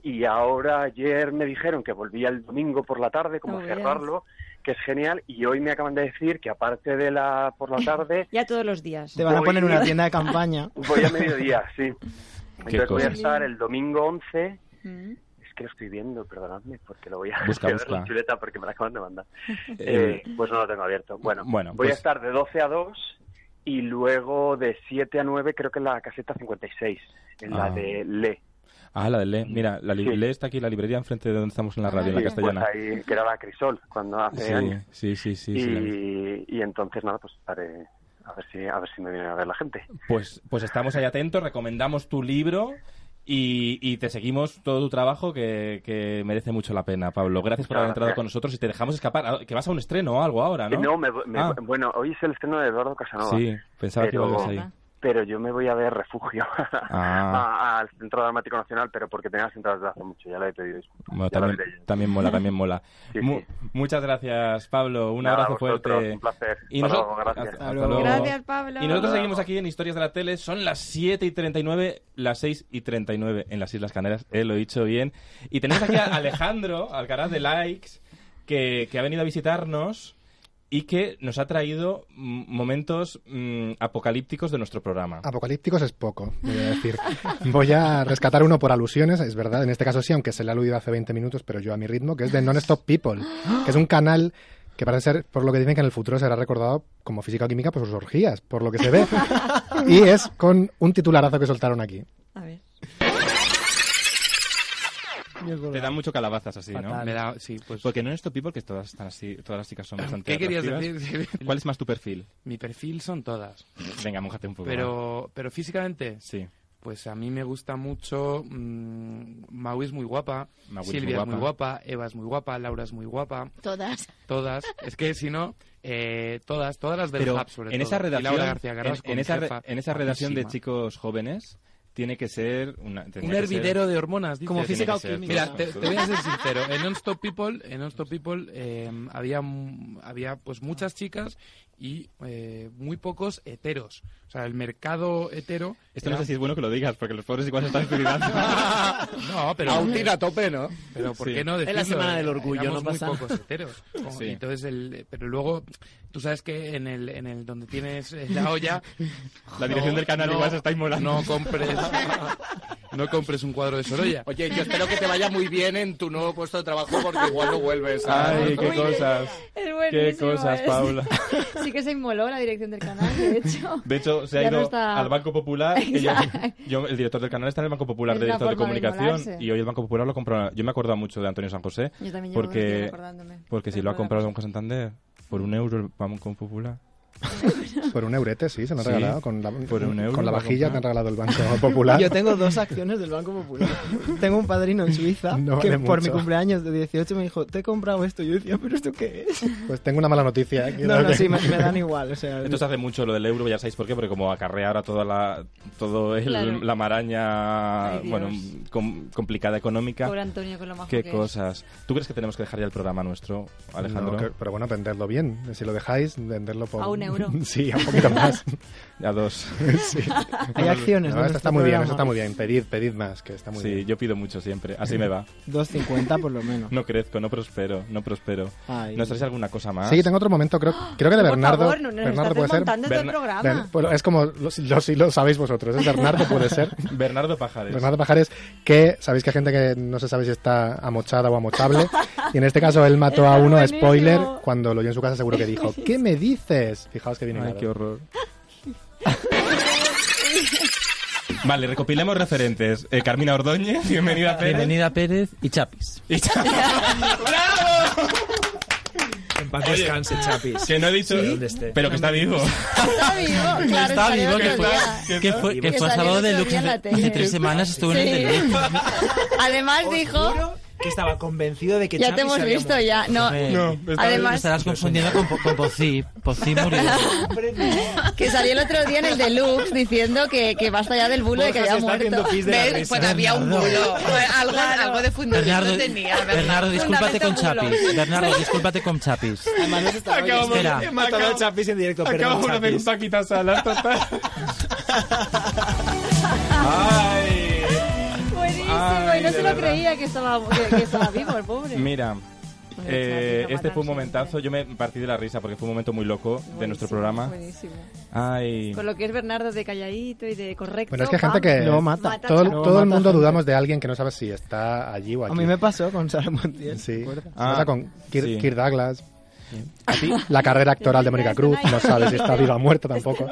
Y ahora ayer me dijeron que volvía el domingo por la tarde, como Oh, a yes. cerrarlo, que es genial. Y hoy me acaban de decir que aparte de la por la tarde, Ya todos los días. te van a Voy. poner una tienda de campaña. voy (laughs) a mediodía, sí. Entonces voy a cosas. estar el domingo 11 Mm. Es que lo estoy viendo, perdonadme, porque lo voy a (laughs) Busca, voy a ver busca. la chuleta porque me la acaban de mandar. Eh, Eh, pues no lo tengo abierto. Bueno, Bueno, voy pues- a estar de 12 a 2 y luego de 7 a 9 creo que en la caseta 56, en Ah. la de Le. ah, la de Le. Mira, la li- Sí. Le está aquí, la librería enfrente de donde estamos en la radio, en la Sí, pues castellana. ahí, que era la Crisol, cuando hace años. Sí, sí, sí, sí. sí, la he visto. Y, y entonces nada, pues estaré a ver si a ver si me viene a ver la gente. Pues, pues estamos ahí atentos, recomendamos tu libro y, y te seguimos todo tu trabajo que, que merece mucho la pena, Pablo. Gracias por Muchas haber entrado gracias. con nosotros y te dejamos escapar. Ah, Que vas a un estreno o algo ahora, Eh, ¿no? No, me, me- Ah. bueno, hoy es el estreno de Eduardo Casanova. Sí, pensaba Pero- que ibas ahí. pero yo me voy a ver refugio (laughs) Ah. a- al Centro Dramático Nacional, pero porque tenía las entradas desde hace mucho, ya lo he pedido. disculpas. Bueno, Ya lo también, veré yo. también mola, también mola. (laughs) Sí, Mu- sí. Muchas gracias, Pablo. Un Nada, abrazo vosotros, fuerte. Un placer. Y Hasta nosotros- luego, gracias. hasta- Hasta hasta luego. luego. Gracias, Pablo. Y nosotros Hola. seguimos aquí en Historias de la Tele. Son las 7 y 39, las 6 y 39 en las Islas Canarias. Eh, lo he dicho bien. Y tenemos aquí a Alejandro, al canal de Likes, que, que ha venido a visitarnos y que nos ha traído mm, momentos mm, apocalípticos de nuestro programa. Apocalípticos es poco, voy a decir. Voy a rescatar uno por alusiones, es verdad, en este caso sí, aunque se le ha aludido hace 20 minutos, pero yo a mi ritmo, que es de Non-Stop People, que es un canal que parece ser, por lo que dicen, que en el futuro será recordado como física o química por sus orgías, por lo que se ve. Y es con un titularazo que soltaron aquí. A ver. Te dan mucho calabazas así, ¿no? Fatal. Me da- sí, pues. Porque no en esto people, que todas están así, todas (coughs) las chicas son bastante ¿Qué querías atractivas. decir? ¿Cuál es más tu perfil? Mi perfil son todas. Venga, mójate un poco. Pero, pero físicamente, Sí. pues a mí me gusta mucho. mm, Maui es muy guapa. Maui es muy Silvia es muy guapa. guapa. Eva es muy guapa. Laura es muy guapa. Todas. Todas. Es que si no, eh, todas, todas las del Pero Hub, sobre en todo. esa Y redacción, Laura García en- Carrasco, en, mi esa re- jefa, en esa redacción de guapísima. chicos jóvenes, tiene que ser una, Un tendría que ser- hervidero de hormonas, dices. Como tiene física que o ser, química. Mira, ¿no? te, te voy a ser sincero. En Non Stop People, en Non Stop People eh, había, mm, había pues muchas chicas y eh, muy pocos heteros. O sea, el mercado hetero. Esto no era- sé si es bueno que lo digas, porque los pobres (laughs) igual están flipando. No, pero. Aún tira a tope, ¿no? Pero ¿por Sí. qué no Es la decirlo? semana del orgullo, Éramos no pasa muy nada. pocos (laughs) heteros. Como- Sí. Entonces el, pero luego tú sabes que en el en el donde tienes eh, la olla (laughs) La dirección no- del canal no- igual se está inmolando. No (laughs) compres no compres un cuadro de Sorolla. Oye, yo espero que te vaya muy bien en tu nuevo puesto de trabajo porque igual no vuelves. ¿eh? a- Ay, qué cosas. Es Qué buenísimo. cosas, es- Paula. (laughs) Sí que se inmoló la dirección del canal, de (laughs) hecho. De hecho, se ha Ya ido no está- al Banco Popular. que yo- Exacto. yo- el director del canal está en el Banco Popular Es de una Director de forma de Comunicación. inmolarse. y hoy el Banco Popular lo compró. Yo me he acordado mucho de Antonio San José. Yo también llevo unos días porque, acordándome. porque si lo ha comprado el Banco Santander por un euro el Banco Popular. Por un eurete, sí, se lo han Sí. regalado. Con la, Por un euro con la lo vajilla compran. te han regalado el (laughs) Banco Popular. Yo tengo dos acciones del Banco (laughs) Popular. tengo un padrino en Suiza No que vale por mucho. mi cumpleaños de 18 me dijo, te he comprado esto. Yo decía, ¿pero esto qué es? Pues tengo una mala noticia. ¿eh? No, no, Que- sí, me, me dan igual. O sea, Esto se hace mucho lo del euro, ya sabéis por qué, porque como acarrea ahora toda la, todo el- Claro. la maraña Ay, Dios. bueno, com- complicada económica. Pobre Antonio con lo majo Qué que es. cosas. ¿Tú crees que tenemos que dejar ya el programa nuestro, Alejandro? No, que- pero bueno, venderlo bien. Si lo dejáis, venderlo por... A un euro. (laughs) Sí, a un (laughs) poquito más. A dos. sí. hay acciones. No, de esto nuestro está muy bien, programa. eso está muy bien. Pedid, pedid más, que está (laughs) muy sí, bien. yo pido mucho siempre. Así me va. 2.50 por lo menos. No crezco, no prospero, no prospero. Ay. ¿Nos traes alguna cosa más? Sí, tengo otro momento, creo, creo que de Bernardo. Por favor, no- nos Bernardo estás puede ser. desmontando todo el Berna- programa. Ber- bueno, es como, lo, si- lo- si lo sabéis vosotros, es Bernardo (laughs) puede ser. (laughs) Bernardo Pajares. Bernardo Pajares, que sabéis que hay gente que no se sabe si está amochada o amochable. Y en este caso él mató a Está uno, buenísimo. spoiler, cuando lo oyó en su casa seguro (laughs) que dijo, ¿qué me dices? Fijaos que viene Ay, hilado. qué horror. vale, recopilemos referentes. Eh, Carmina Ordóñez, bienvenida Pérez. Bienvenida Pérez y Chapis. Y Cha- ¡Bravo! En paz Oye. descanse, Chapis. Que no he dicho, Sí, ¿dónde esté? pero que está vivo. Está vivo, claro, (laughs) Está salió vivo, otro que fue, día. que fue, que Que fue salió sábado otro de día en la Hace tele. tres semanas estuvo en Sí. el Deluxe. (laughs) Además Os dijo... juro que estaba convencido de que Ya te Chapis hemos había visto, muerto. ya. No, Joder, No, está me Además- estarás confundiendo con, con Pocí. Pocí murió. (laughs) Que salió el otro día en el Deluxe diciendo que, que basta ya del bulo de que Borja había se está haciendo muerto. pis de la ¿Ves? risa. Pues había un bulo. Algo, algo de fundamento Bernardo, tenía. ¿verdad? Bernardo, discúlpate con Fundamento bulo. Chapis. Bernardo, discúlpate con Chapis. Además, nos estaba oyendo. Espera. He matado a Chapis en directo, Acabamos perdón, de hacer un Chapis. taquita salas total. Ay. Buenísimo, Ay, y no de se lo verdad. creía que estaba, que, que estaba vivo el pobre. Mira, Bueno, eh, chaval, sí, este fue matarse, un momentazo. Yo me partí de la risa porque fue un momento muy loco de nuestro Buenísimo, programa. pues. Buenísimo. Ay. Con lo que es Bernardo de calladito y de correcto. Bueno, es que hay gente que... No, mata. Todo, No, todo el mata mundo gente. dudamos de alguien que no sabe si está allí o A aquí. mí me pasó con Sara Montiel. Sí. ¿te acuerdas? Ah, Pasa con Kirk, sí. Kirk Douglas. La carrera actoral de Mónica Cruz, no sabe si está viva o muerta tampoco.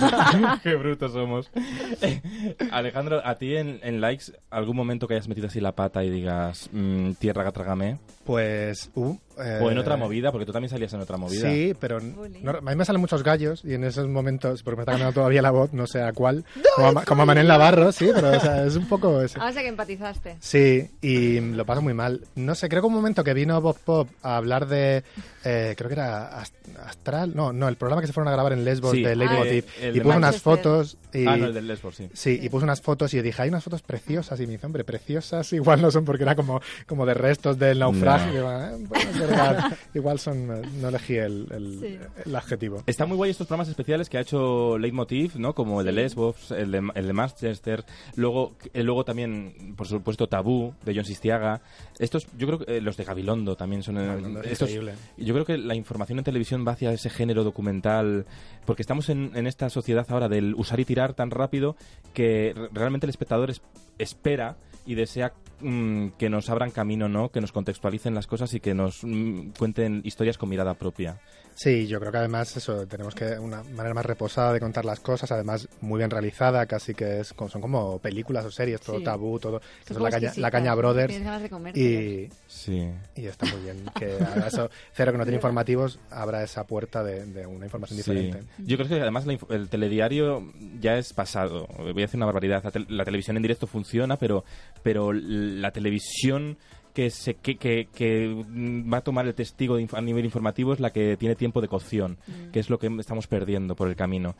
(laughs) Qué brutos somos. (laughs) Eh, Alejandro, a ti en, en likes, algún momento que hayas metido así la pata y digas, mm, tierra, trágame. Pues, uh, eh, O en otra movida, porque tú también salías en otra movida. Sí, pero n- no- a mí me salen muchos gallos y en esos momentos, porque me está cambiando todavía la voz, no sé a cuál, como, a, Ma- como a Manel Navarro, sí, pero o sea, es un poco ese. Ah, o sea que empatizaste. Sí, y lo paso muy mal. No sé, creo que un momento que vino Bob Pop a hablar de, eh, creo que era Ast- Astral, no, no, el programa que se fueron a grabar en Lesbos Sí, de Lady ah, Motif, el- el y de puso unas Manchester. fotos y... Ah, no, el del Lesbos, sí. Sí, y puse unas fotos y yo dije, hay unas fotos preciosas. Y me dice, hombre, preciosas igual no son porque era como, como de restos del naufragio. No. Y yo, "Ah, bueno, es verdad. igual son, eh, no elegí el, el, el adjetivo. Está muy guay estos programas especiales que ha hecho Leitmotiv, ¿no? Como el de Lesbos, el de, el de Manchester, luego, eh, luego también, por supuesto, Tabú, de John Sistiaga. Estos, yo creo que eh, los de Gabilondo también son... eh, Gabilondo es estos- increíble. Yo creo que la información en televisión va hacia ese género documental, porque estamos en, en esta sociedad ahora del usar y tirar tan rápido que re- realmente el espectador es- espera y desea mm, que nos abran camino, ¿no? Que nos contextualicen las cosas y que nos mm, cuenten historias con mirada propia. Sí, yo creo que además eso, tenemos que una manera más reposada de contar las cosas, además muy bien realizada, casi que es, como- son como películas o series, todo Sí. tabú, todo, que son como la caña, exquisitas. la caña Brothers. Tienes ganas de comer. Y, Sí. y está muy bien que haga eso. Cero que no tiene informativos, abra esa puerta de, de una información Sí. diferente. Yo creo que además la inf- el telediario ya es pasado. Voy a decir una barbaridad. La, tel- la televisión en directo funciona, pero, pero la televisión que, se, que, que- que, mm, va a tomar el testigo de inf- a nivel informativo es la que tiene tiempo de cocción, Mm. que es lo que estamos perdiendo por el camino.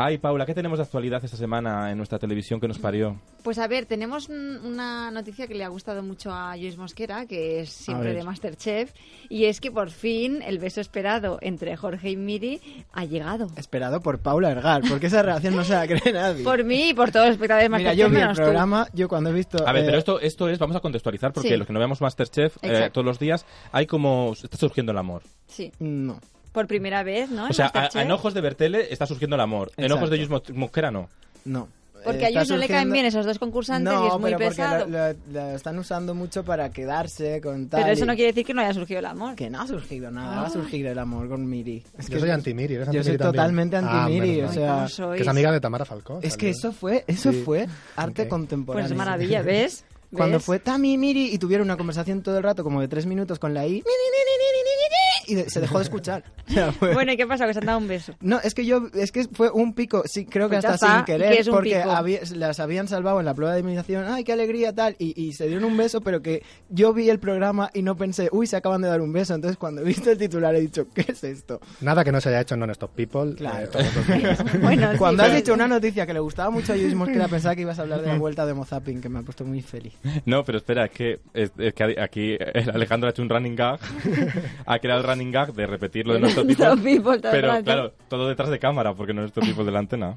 Ay, Paula, ¿qué tenemos de actualidad esta semana en nuestra televisión que nos parió? Pues a ver, tenemos un- una noticia que le ha gustado mucho a Luis Mosquera, que es siempre ver. de Masterchef, y es que por fin el beso esperado entre Jorge y Miri ha llegado. Esperado por Paula Ergar, porque esa relación no se la cree nadie. Por mí y por todos los espectadores de Mira, Masterchef yo vi el menos tú. programa, yo cuando he visto... A ver, eh, pero esto, esto es, vamos a contextualizar, porque Sí. los que no veamos Masterchef eh, Exacto. todos los días, hay como, está surgiendo el amor. Sí. No. Por primera vez, ¿no? En o sea, a- Masterchef. en ojos de Bertele está surgiendo el amor, en Exacto. ojos de Yus Mo- Mosquera no. No. Porque está a ellos no le caen surgiendo- bien esos dos concursantes no, y es muy pero pesado. porque lo, lo- lo están usando mucho para quedarse con tal Pero eso y- no quiere decir que no haya surgido el amor. Que no ha surgido nada, Ah. va a surgir el amor con Miri. Es Yo soy anti-Miri, eres Yo anti-Miri soy también. totalmente Ah, anti-Miri, menos o mal. sea... Ay, ¿cómo Que es sois? amiga de Tamara Falcó, Es que también. eso fue, eso Sí. fue arte contemporáneo. Pues maravilla, ¿ves? (laughs) Cuando ¿Ves? fue Tami Miri y tuvieron una conversación todo el rato, como de tres minutos con la I, Miri, Miri, Miri, Miri, Miri, y de- se dejó de escuchar. O sea, fue- (laughs) Bueno, pues ¿y qué pasa? Que se han dado un beso. No, es que yo, es que fue un pico, sí, creo que Pues ya hasta está, sin ¿y qué querer, es un porque pico? había- las habían salvado en la prueba de eliminación, ay, qué alegría, tal, y, y se dieron un beso, pero que yo vi el programa y no pensé, uy, se acaban de dar un beso, entonces cuando he visto el titular he dicho, ¿qué es esto? Nada que no se haya hecho en Non-Stop People. eh, Claro. (laughs) bueno, Cuando has dicho una noticia que le gustaba mucho a Luis Mosquera, pensaba que ibas a hablar de la vuelta de Mozapin, que me ha puesto muy feliz. No, pero espera, es que, es, es que aquí eh, Alejandro ha hecho un running gag. (laughs) ha creado el running gag de repetirlo (laughs) de nuestro tipo. Nuestro people, todo el Pero rato. claro, todo detrás de cámara, porque no nuestro tipo de la antena.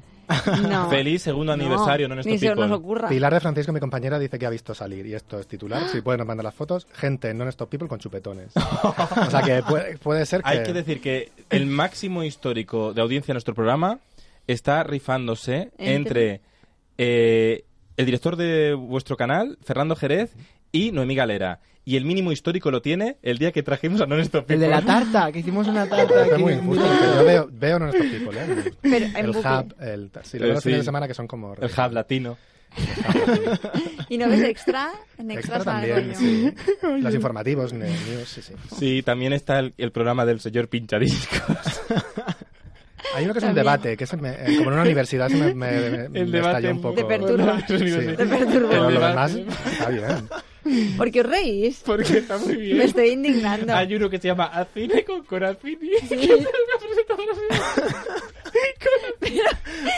No. Feliz segundo No, aniversario, no nuestro ni se tipo. nos ocurra. Pilar de Francisco, mi compañera, dice que ha visto salir, y esto es titular, ¡Ah! si pueden nos mandar las fotos, gente en Non-Stop People (laughs) con chupetones. o sea que puede, puede ser que... Hay que decir que el máximo histórico de audiencia de nuestro programa está rifándose Entre- entre, eh, el director de vuestro canal, Fernando Jerez, y Noemí Galera. Y el mínimo histórico lo tiene el día que trajimos a Non-Stop People. El de la tarta, que hicimos una tarta. Parece aquí. muy injusto, (laughs) porque yo veo, veo Non-Stop People, ¿eh? (laughs) Pero en el bucle. hub, el... Sí, lo Eh, veo los sí. fines de semana que son como... El hub latino. ¿Y no ves extra? En extra, Extra salgo también, yo. (laughs) sí. Los informativos, ne- news, sí, sí. Sí, también está el, el programa del señor (laughs) Pinchadiscos. Hay uno que es un También. debate, que es como en una universidad se me, (laughs) me, me- me debate estalló un poco. (laughs) Te perturba. Sí. Te perturba. Pero El lo demás debate. está bien. ¿Por qué os reís? Porque está muy bien. (laughs) Me estoy indignando. Hay uno que se llama Acine con Coracini. (laughs)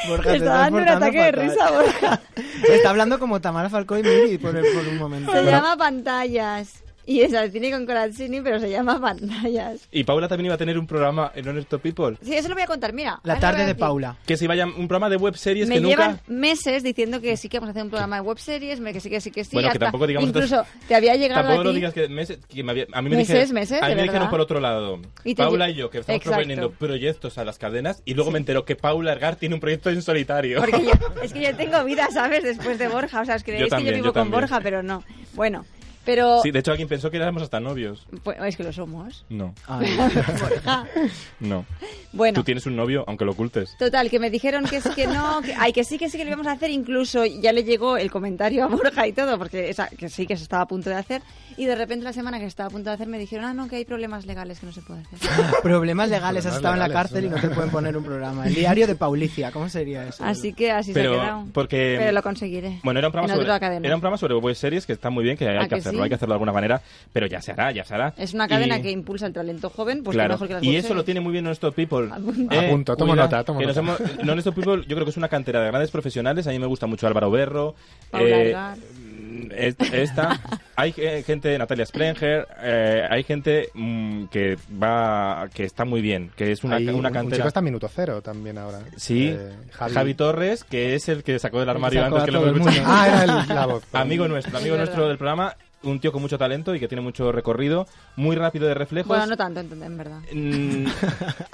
Borja, te Me está estás dando un portando ataque de fatal. risa, Borja. Está hablando como Tamara Falcó y Miri por, por un momento. Se llama Pantallas. Y es al cine con Corazzini, pero se llama Pantallas. Y Paula también iba a tener un programa en Honest to People. Sí, eso lo voy a contar, mira. La ahora lo tarde voy a de decir. Paula. Que se iba a llam- un programa de web series me que nunca... llevan meses diciendo que sí que vamos a hacer un programa de web series, me- que sí, que sí, que sí. Bueno, que hasta tampoco digamos Incluso te había llegado Tampoco a lo ti. digas que meses... que me había- a mí me, Meses, dijeron- meses, a mí de me dijeron verdad. por otro lado. Y te Paula lle- y yo, que estamos Exacto. proponiendo proyectos a las cadenas y luego me entero que Paula Ergar tiene un proyecto en solitario. (laughs) Porque yo- es que yo tengo vida, ¿sabes? Después de Borja. O sea, os creéis que también, yo vivo yo con también. Borja, pero no. Bueno, pero... Sí, de hecho alguien pensó que éramos hasta novios. pues, es que lo somos. No. (laughs) Borja. No. Ah. Bueno. Tú tienes un novio, aunque lo ocultes. Total, que me dijeron que sí que no, que, ay, que sí que sí que lo íbamos a hacer, incluso ya le llegó el comentario a Borja y todo, porque esa, que sí que se estaba a punto de hacer, y de repente la semana que estaba a punto de hacer me dijeron, ah, no, que hay problemas legales que no se puede hacer. Problemas legales, has Problemas estado en la legales, cárcel y no te una- pueden poner un programa. El diario de Paulicia, ¿cómo sería eso? Así que así se ha Ah, Pero quedado. porque... Pero lo conseguiré. Bueno, era un programa, En otra sobre, cadena. era un programa sobre web series que está muy bien, que hay ¿A que, que hacerlo, sí? hay que hacerlo de alguna manera, pero ya se hará, ya se hará. Es una Y- cadena que impulsa el talento joven, pues claro, que mejor que las y bolsas. eso lo tiene muy bien nuestro People. Apunto. Eh, Apunto, tomo cuidado, nota, tomo que nos nota. hemos- no, Nuestro People yo creo que es una cantera de grandes profesionales. A mí me gusta mucho Álvaro Berro. Paula eh, Algar. es- (laughs) esta. Hay eh, gente, Natalia Sprenger. eh, hay gente mm, que va que está muy bien, que es una, Hay un- una un chico cantera. está en minuto cero también ahora. Sí, Eh, Javi. Torres, que es el que sacó del armario sacó antes a que lo todo el hemos escuchado. mundo. Ah, era (laughs) el- la voz. Amigo nuestro, amigo Es nuestro verdad. del programa, un tío con mucho talento y que tiene mucho recorrido, muy rápido de reflejos. Bueno, no tanto, en, en verdad. Mm,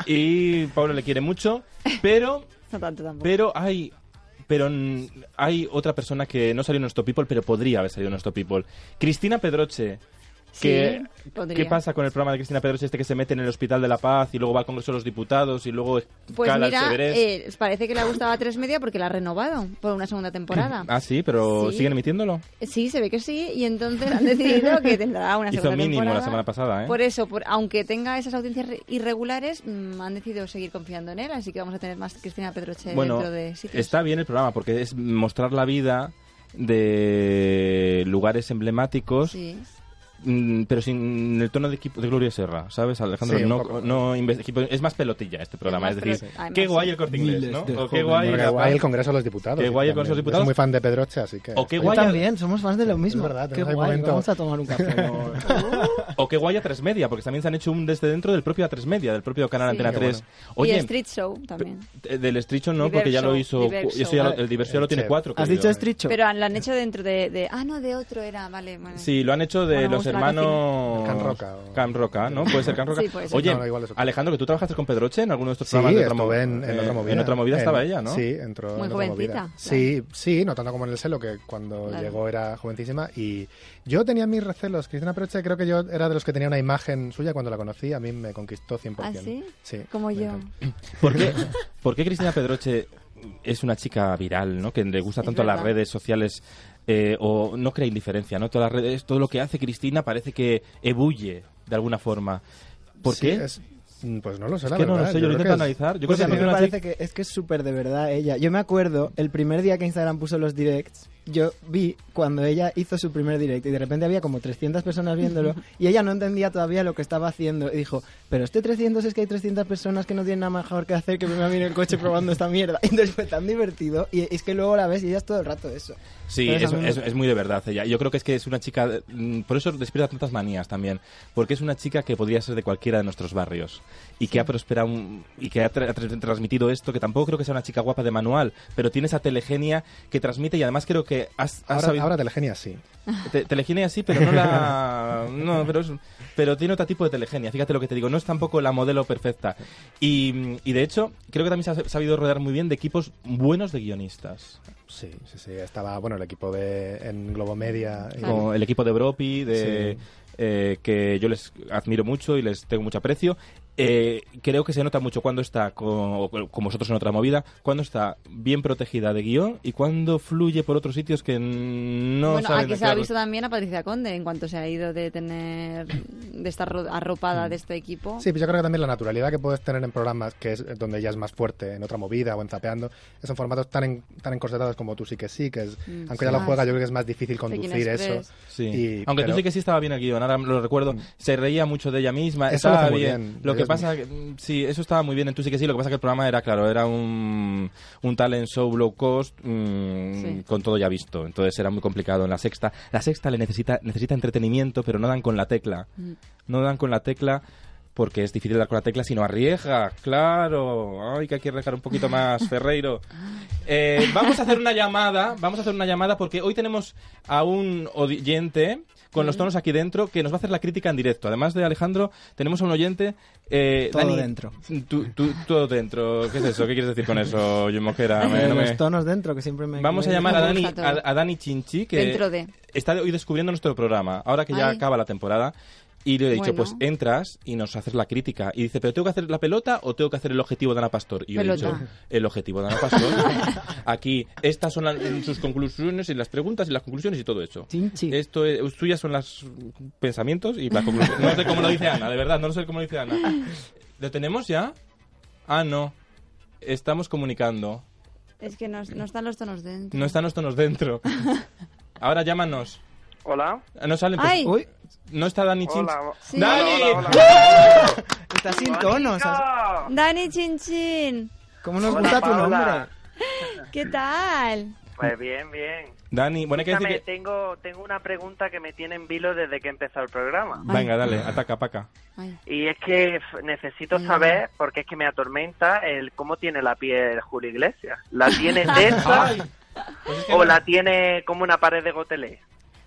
y Pablo le quiere mucho, pero, No tanto tampoco. pero hay, pero mm, hay otra persona que no salió en nuestro People, pero podría haber salido en nuestro People. Cristina Pedroche. Que, Sí, podría. ¿Qué pasa con el programa de Cristina Pedroche este que se mete en el Hospital de la Paz y luego va al Congreso de los Diputados y luego Pues escala el mira, Everest? eh, parece que le ha gustado a Tres Media porque la ha renovado por una segunda temporada. Ah, sí, pero Sí. ¿siguen emitiéndolo? Sí, se ve que sí, y entonces han decidido que tendrá una Hizo segunda mínimo temporada. la semana pasada, ¿eh? Por eso, por, aunque tenga esas audiencias re- irregulares, mm, han decidido seguir confiando en él, así que vamos a tener más Cristina Pedroche Bueno, dentro de sitios. está bien el programa porque es mostrar la vida de lugares emblemáticos Sí. mm, pero sin el tono de equipo de Gloria Serra, ¿sabes, Alejandro? Sí, un no, poco. no inves- equipo- es más pelotilla este programa, es, Es más decir, pelotilla. Además, qué guay sí. el corte inglés, Miles ¿no? de O qué guay, jóvenes. Qué guay el Congreso de los Diputados, Qué guay el también. Congreso de los Yo soy Diputados. muy fan de Pedroche, así que O qué estoy- guay el- También, somos fans de lo mismo. verdad, Qué tenemos el guay, momento. vamos a tomar un café. (laughs) ¿no? O qué guay a tres media, porque también se han hecho un desde dentro del propio a tres media, del propio canal Sí. Antena Qué 3. bueno. Oye, y Street Show también. eh, del estricho no, Diver porque ya lo Show, hizo, Diver eso Show. ya lo- el diversión lo tiene cuatro. ¿Has creo. dicho estricho? Pero lo han hecho dentro de, de- Ah, no, de otro era, vale. bueno. Sí, lo han hecho de Bueno, los una hermanos. Can Roca Can Roca, ¿no? Puede ser Can Roca. Sí, puede ser. Oye, No, no, igual es otro. Alejandro, que tú trabajaste con Pedroche en alguno de estos Sí, programas de otra estuve movida. en, en otra Eh, movida. En otra movida En- estaba ella, ¿no? Sí, entró Muy en otra jovencita, movida. claro. Sí, sí, no tanto como en el celo, que cuando Claro. llegó era jovencísima. Y yo tenía mis recelos. Cristina Peroche creo que yo era de los que tenía una imagen suya cuando la conocí. A mí me conquistó 100%. ¿Ah, sí? Sí. Como yo. ¿Por qué, por qué Cristina Pedroche es una chica viral, ¿no? Que le gusta Es tanto las verdad. redes sociales. eh, o no crea indiferencia, ¿no? Todas las redes, todo lo que hace Cristina parece que ebulle de alguna forma. ¿Por Sí, qué? es- mm, pues no lo sé, Es la que no lo verdad. sé, yo lo creo intento que es- analizar. Yo Pues creo a que mí es me una parece que es que es súper de verdad ella. Yo me acuerdo, el primer día que Instagram puso los directs, yo vi cuando ella hizo su primer direct y de repente había como 300 personas (laughs) viéndolo y ella no entendía todavía lo que estaba haciendo y dijo, pero este 300 es que hay 300 personas que no tienen nada mejor que hacer que verme a mí en el coche probando esta mierda. (laughs) Y entonces fue tan divertido y es que luego la ves y ella es todo el rato eso. Sí, Entonces, es, a mí me- es- es muy de verdad ella. Yo creo que es que es una chica, mm, por eso despierta tantas manías también, porque es una chica que podría ser de cualquiera de nuestros barrios y que ha prosperado un- y que ha, tra- tra- transmitido esto, que tampoco creo que sea una chica guapa de manual, pero tiene esa telegenia que transmite y además creo que has, has Ahora, sabido- ahora Telegenia sí. te- telegenia sí, pero no (laughs) la. No, pero, es- pero tiene otro tipo de telegenia. Fíjate lo que te digo. No es tampoco la modelo perfecta. Y, y de hecho, creo que también se ha sabido rodear muy bien de equipos buenos de guionistas. Sí, sí, sí. Estaba, bueno, el equipo de en Globomedia. y- Como el equipo de Bropi, de, eh, que yo les admiro mucho y les tengo mucho aprecio. Eh, creo que se nota mucho cuando está con, o con vosotros en otra movida, cuando está bien protegida de guión y cuando fluye por otros sitios que no bueno, saben aquí se ha mezclarlos. visto también a Patricia Conde en cuanto se ha ido de tener. de estar ro- arropada de este equipo. Sí, pero yo creo que también la naturalidad que puedes tener en programas, que es donde ella es más fuerte, en otra movida o en zapeando, es en formatos tan, en- tan encorsetados como tú sí que sí, que es, Mm, aunque sí. ya lo Ah, juega, sí. yo creo que es más difícil Pekín conducir eso. Express. Sí. Y- Aunque pero- Mm. tú sí que sí estaba bien el guión, ahora lo recuerdo. Se reía mucho de ella misma, Eso lo estaba hace muy bien. bien, Lo que es pasa, muy- que, mm, sí, eso estaba muy bien en tú sí que sí. Lo que pasa que el programa era, claro, era un, un talent show low cost mm, Sí. con todo ya visto. Entonces era muy complicado en la sexta. La sexta le necesita, necesita entretenimiento, pero no dan con la tecla. Mm. No dan con la tecla. Porque es difícil dar con la tecla si no arriesga, claro. Ay, que hay que arriesgar un poquito más, Ferreiro. Eh, vamos a hacer una llamada, vamos a hacer una llamada porque hoy tenemos a un oyente con los tonos aquí dentro que nos va a hacer la crítica en directo. Además de Alejandro, tenemos a un oyente... Eh, Todo Dani, dentro. tú- tú- todo dentro. ¿Qué es eso? ¿Qué quieres decir con eso, Jun (laughs) Mosquera? Me- Eh, no me- Los tonos dentro que siempre me... Vamos a me- llamar a Me Dani, gusta todo. a, a Dani Chinchi, que Dentro de. está hoy descubriendo nuestro programa, ahora que ya Ay. acaba la temporada. Y le he dicho, Bueno. pues entras y nos haces la crítica. Y dice, ¿pero tengo que hacer la pelota o tengo que hacer el objetivo de Ana Pastor? Y yo he Pelota. dicho, el objetivo de (laughs) Ana Pastor. Aquí, estas son la- sus conclusiones y las preguntas y las conclusiones y todo eso. Chinchi. Esto es, suyas son los pensamientos y las conclusiones. No sé cómo lo dice Ana, de verdad, no lo sé cómo lo dice Ana. ¿Lo tenemos ya? Ah, no. Estamos comunicando. Es que no, no están los tonos dentro. No están los tonos dentro. Ahora llámanos. Hola. No salen. pues, uh, Ay. Uy, No está Dani Chinch. Hola. Sí. ¡Dani! Hola, hola, hola. está sin tonos. Dani Chinchín, ¿Cómo nos Hola, gusta tu Paola. nombre? ¿qué tal? Pues bien, bien. Dani, bueno, hay que decir Escúchame, que... tengo, tengo una pregunta que me tiene en vilo desde que empezó el programa. Venga, dale, ataca, paca. Ay, Y es que f- necesito saber, porque es que me atormenta, el cómo tiene la piel Julio Iglesias. ¿La tiene densa Pues es que o no- la tiene como una pared de gotelé?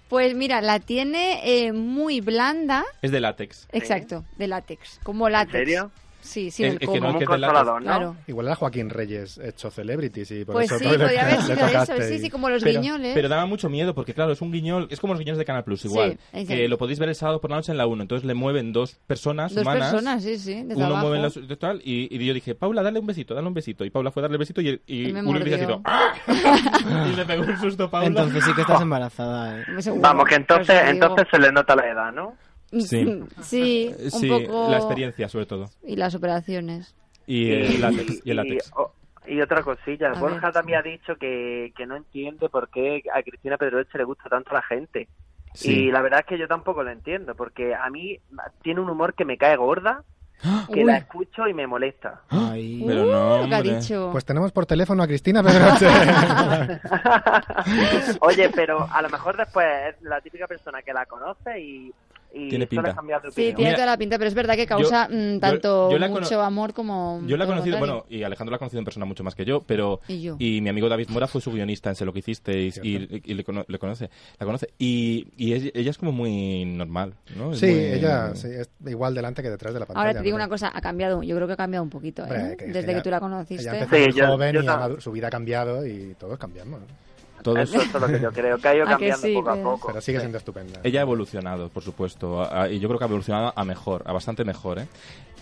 Pues mira, la tiene eh, muy blanda. Es de látex. Exacto, de látex. Como látex. serio? Sí, sin Es- el es que cómo. no, Como un que es de látex. consolador, ¿no? Claro. Igual era Joaquín Reyes hecho celebrities y por Pues eso sí, le- podría haber le sido eso. tocaste Sí, y- sí, como los Pero, guiñoles. pero daba mucho miedo porque, claro, es un guiñol, es como los guiñoles de Canal Plus, igual. exacto. que lo podéis ver el sábado por la noche en la 1. Entonces le mueven dos personas Dos humanas. personas, sí, sí. Desde uno abajo. mueve la su- tal, y, y yo dije, Paula, dale un besito, dale un besito. Y Paula fue a darle el besito y, y Él me Julio Iglesias mordió. hizo, ¡Ah! (laughs) y le pegó un susto a Paula. Entonces sí (laughs) que estás embarazada, eh. Seguro, Vamos, que entonces por eso digo. entonces se le nota la edad, ¿no? Mm, Sí. Sí, un sí, poco. la experiencia, sobre todo. Y las operaciones. Y el látex. Y el y- látex. o- y otra cosilla, A Borja ver. también ha dicho que, que no entiende por qué a Cristina Pedroche le gusta tanto a la gente. Sí. Y la verdad es que yo tampoco lo entiendo, porque a mí tiene un humor que me cae gorda, que Uy. la escucho y me molesta. ¡Ah! Pero no, lo que ha ¡Ah! hombre. dicho. Pues tenemos por teléfono a Cristina Pedroche. Oye, pero a lo mejor después es la típica persona que la conoce y, y Tiene pinta. suele cambiar de opinión. Sí, tiene toda la pinta, pero es verdad que causa yo- mm, yo- tanto yo la cono- mucho amor como. Yo la he todo lo conocido, contrario. bueno, y Alejandro la ha conocido en persona mucho más que yo, pero... Y yo. mi amigo David Mora fue su guionista en Sé lo que hicisteis y, y le, cono- le conoce, la conoce. Y, y es- ella es como muy normal, ¿no? Es sí, (laughs) muy- ella sí, es igual delante que detrás de la pantalla. Ahora te digo ¿no? una cosa, ha cambiado, yo creo que ha cambiado un poquito, ¿eh? Hombre, que- Desde que que ya- tú la Ella conociste. empezó muy yo- joven yo y tam- ha madu- su vida ha cambiado y todos cambiamos. Todos. (laughs) Eso es todo lo que yo creo, que ha ido ¿A que cambiando sí, poco a Pedro? poco. Pero sigue siendo estupenda. Ella ha evolucionado, por supuesto, a- a- y yo creo que ha evolucionado a mejor, a bastante mejor, ¿eh?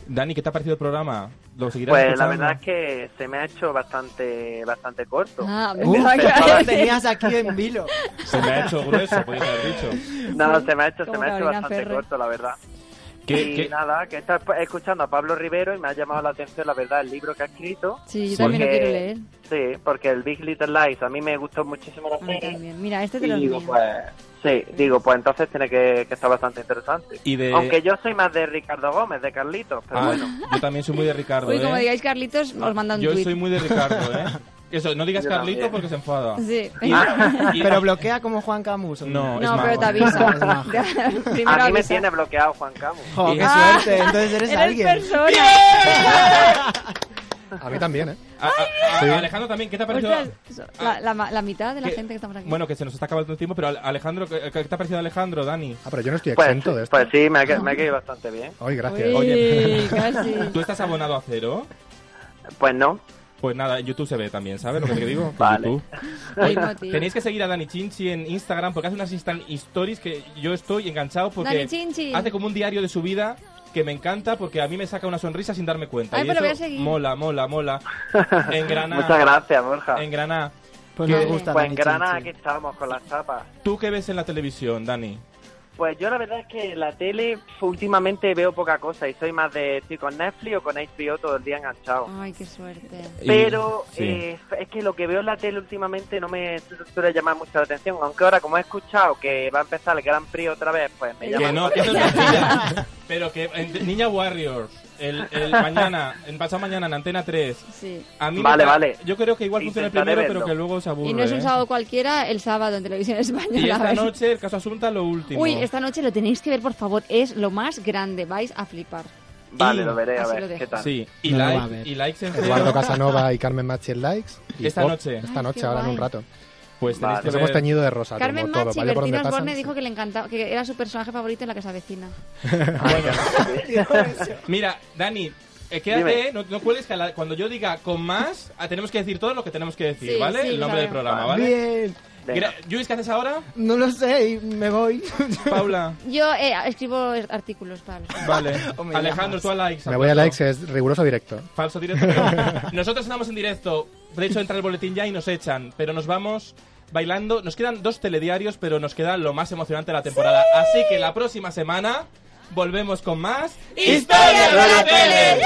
Dani, ¿qué te ha parecido el programa? ¿Lo seguirás Pues la escuchando? verdad es que se me ha hecho bastante bastante corto. (laughs) Ah, Es mira, decir, que- (laughs) pensaba- lo tenías aquí en vilo. Se me ha hecho grueso, podías haber (laughs) dicho. (laughs) No, se me ha hecho, se Como me ha hecho Carolina bastante Ferrer. corto, la verdad. ¿Qué- y qué- nada, que está escuchando a Pablo Rivero y me ha llamado la atención, la verdad, el libro que ha escrito. Sí, yo Porque- también lo quiero leer. Sí, porque el Big Little Lies a mí me gustó muchísimo la serie. Mira, este te Y lo digo, pues, sí, digo, pues entonces tiene que, que estar bastante interesante. Y de- Aunque yo soy más de Ricardo Gómez, de Carlitos, pero Ah, bueno. (laughs) Yo también soy muy de Ricardo, Uy, como ¿eh? digáis Carlitos, os manda un Yo tuit. soy muy de Ricardo, (laughs) ¿eh? Eso, no digas Yo Carlito también. porque se enfada. (laughs) (laughs) Sí. (laughs) Y- y- Pero bloquea como Juan Camus. ¿o No, (laughs) es No, majo. pero te avisa. Es majo. (laughs) Primero a mí me avisa. tiene bloqueado Juan Camus. Jo, qué Ah, (laughs) suerte, entonces eres, alguien. (laughs) A mí también, ¿eh? A- a- a- Sí. Alejandro también, ¿qué te ha Pues parecido? Ostras, la, la ma- la mitad de la Ah. ¿Qué? gente que está por aquí. Bueno, que se nos está acabando el tiempo, pero Ale- Alejandro, ¿qué qué te ha parecido Alejandro, Dani? Ah, pero yo no estoy Pues, exento de esto. pues este. sí, me ha, que- me ha quedado bastante bien. Ay, gracias. Oye, (laughs) (laughs) casi. ¿tú estás abonado a cero? Pues no. Pues nada, en YouTube se ve también, ¿sabes lo que te digo? (laughs) Por Vale. YouTube. Oye, Ay, no, tío. Tenéis que seguir a Dani Chinchi en Instagram porque hace unas instant stories que yo estoy enganchado porque Dani Chinchi. hace como un diario de su vida que me encanta porque a mí me saca una sonrisa sin darme cuenta. Ay, y pues lo eso voy a seguir. mola, mola, (laughs) mola. En Granada. Muchas gracias, Borja. En Granada. Pues ¿Qué- nos gusta Pues Dani en Granada Chinchi. aquí estamos con las tapas. ¿Tú qué ves en la televisión, Dani? Pues yo la verdad es que la tele pf, últimamente veo poca cosa y soy más de estoy con Netflix o con HBO todo el día enganchado. Ay, qué suerte. Pero Sí. eh, es que lo que veo en la tele últimamente no me su- suele llamar mucho la atención, aunque ahora como he escuchado que va a empezar el Gran Prix otra vez, pues me llama Que no, mucho que eso la atención. es (laughs) mentira. Pero que en- Niña Warriors, el, el mañana, el pasado mañana en Antena 3. Sí. A mí me Vale, pa- vale. Yo creo que igual funciona el Intentaré primero, pero verlo. que luego se aburre. Y no es un ¿eh? sábado cualquiera, el sábado en televisión española. (laughs) Y a esta ver. noche, el caso Asunta, lo último. Uy, esta noche lo tenéis que ver, por favor. Es lo más grande. Vais a flipar. Vale, lo veré, a Así lo ver, dejo. ¿qué tal? Sí, y, No lo like- va a ver. y likes en (laughs) Eduardo cero. Casanova y Carmen Machi en likes. Y Esta Pop, noche. Esta Ay, noche, qué ahora en un guay. rato. Pues tenéis Nos que hemos ver- teñido de rosa, Carmen como todo. Machi, Vaya por donde Bertino pasan. Osborne dijo que le encantaba, que era su personaje favorito en la que se avecina. (laughs) Mira, Dani, eh, quédate, eh, no, no cueles que a la- cuando yo diga con más, ah, tenemos que decir todo lo que tenemos que decir, Sí, ¿vale? sí, el nombre claro. del programa, ¿vale? Bien. Mira, Luis, ¿qué haces ahora? No lo sé, y me voy. Paula, Yo eh, escribo artículos para los- vale. O me Alejandro, tú a likes. Me voy a aplauso. likes, eh. es riguroso directo. Falso directo. pero- (laughs) Nosotros estamos en directo. De hecho, entra el boletín ya y nos echan. Pero nos vamos bailando. Nos quedan dos telediarios, pero nos queda lo más emocionante de la temporada. Así que la próxima semana volvemos con más. ¡Historias de la tele!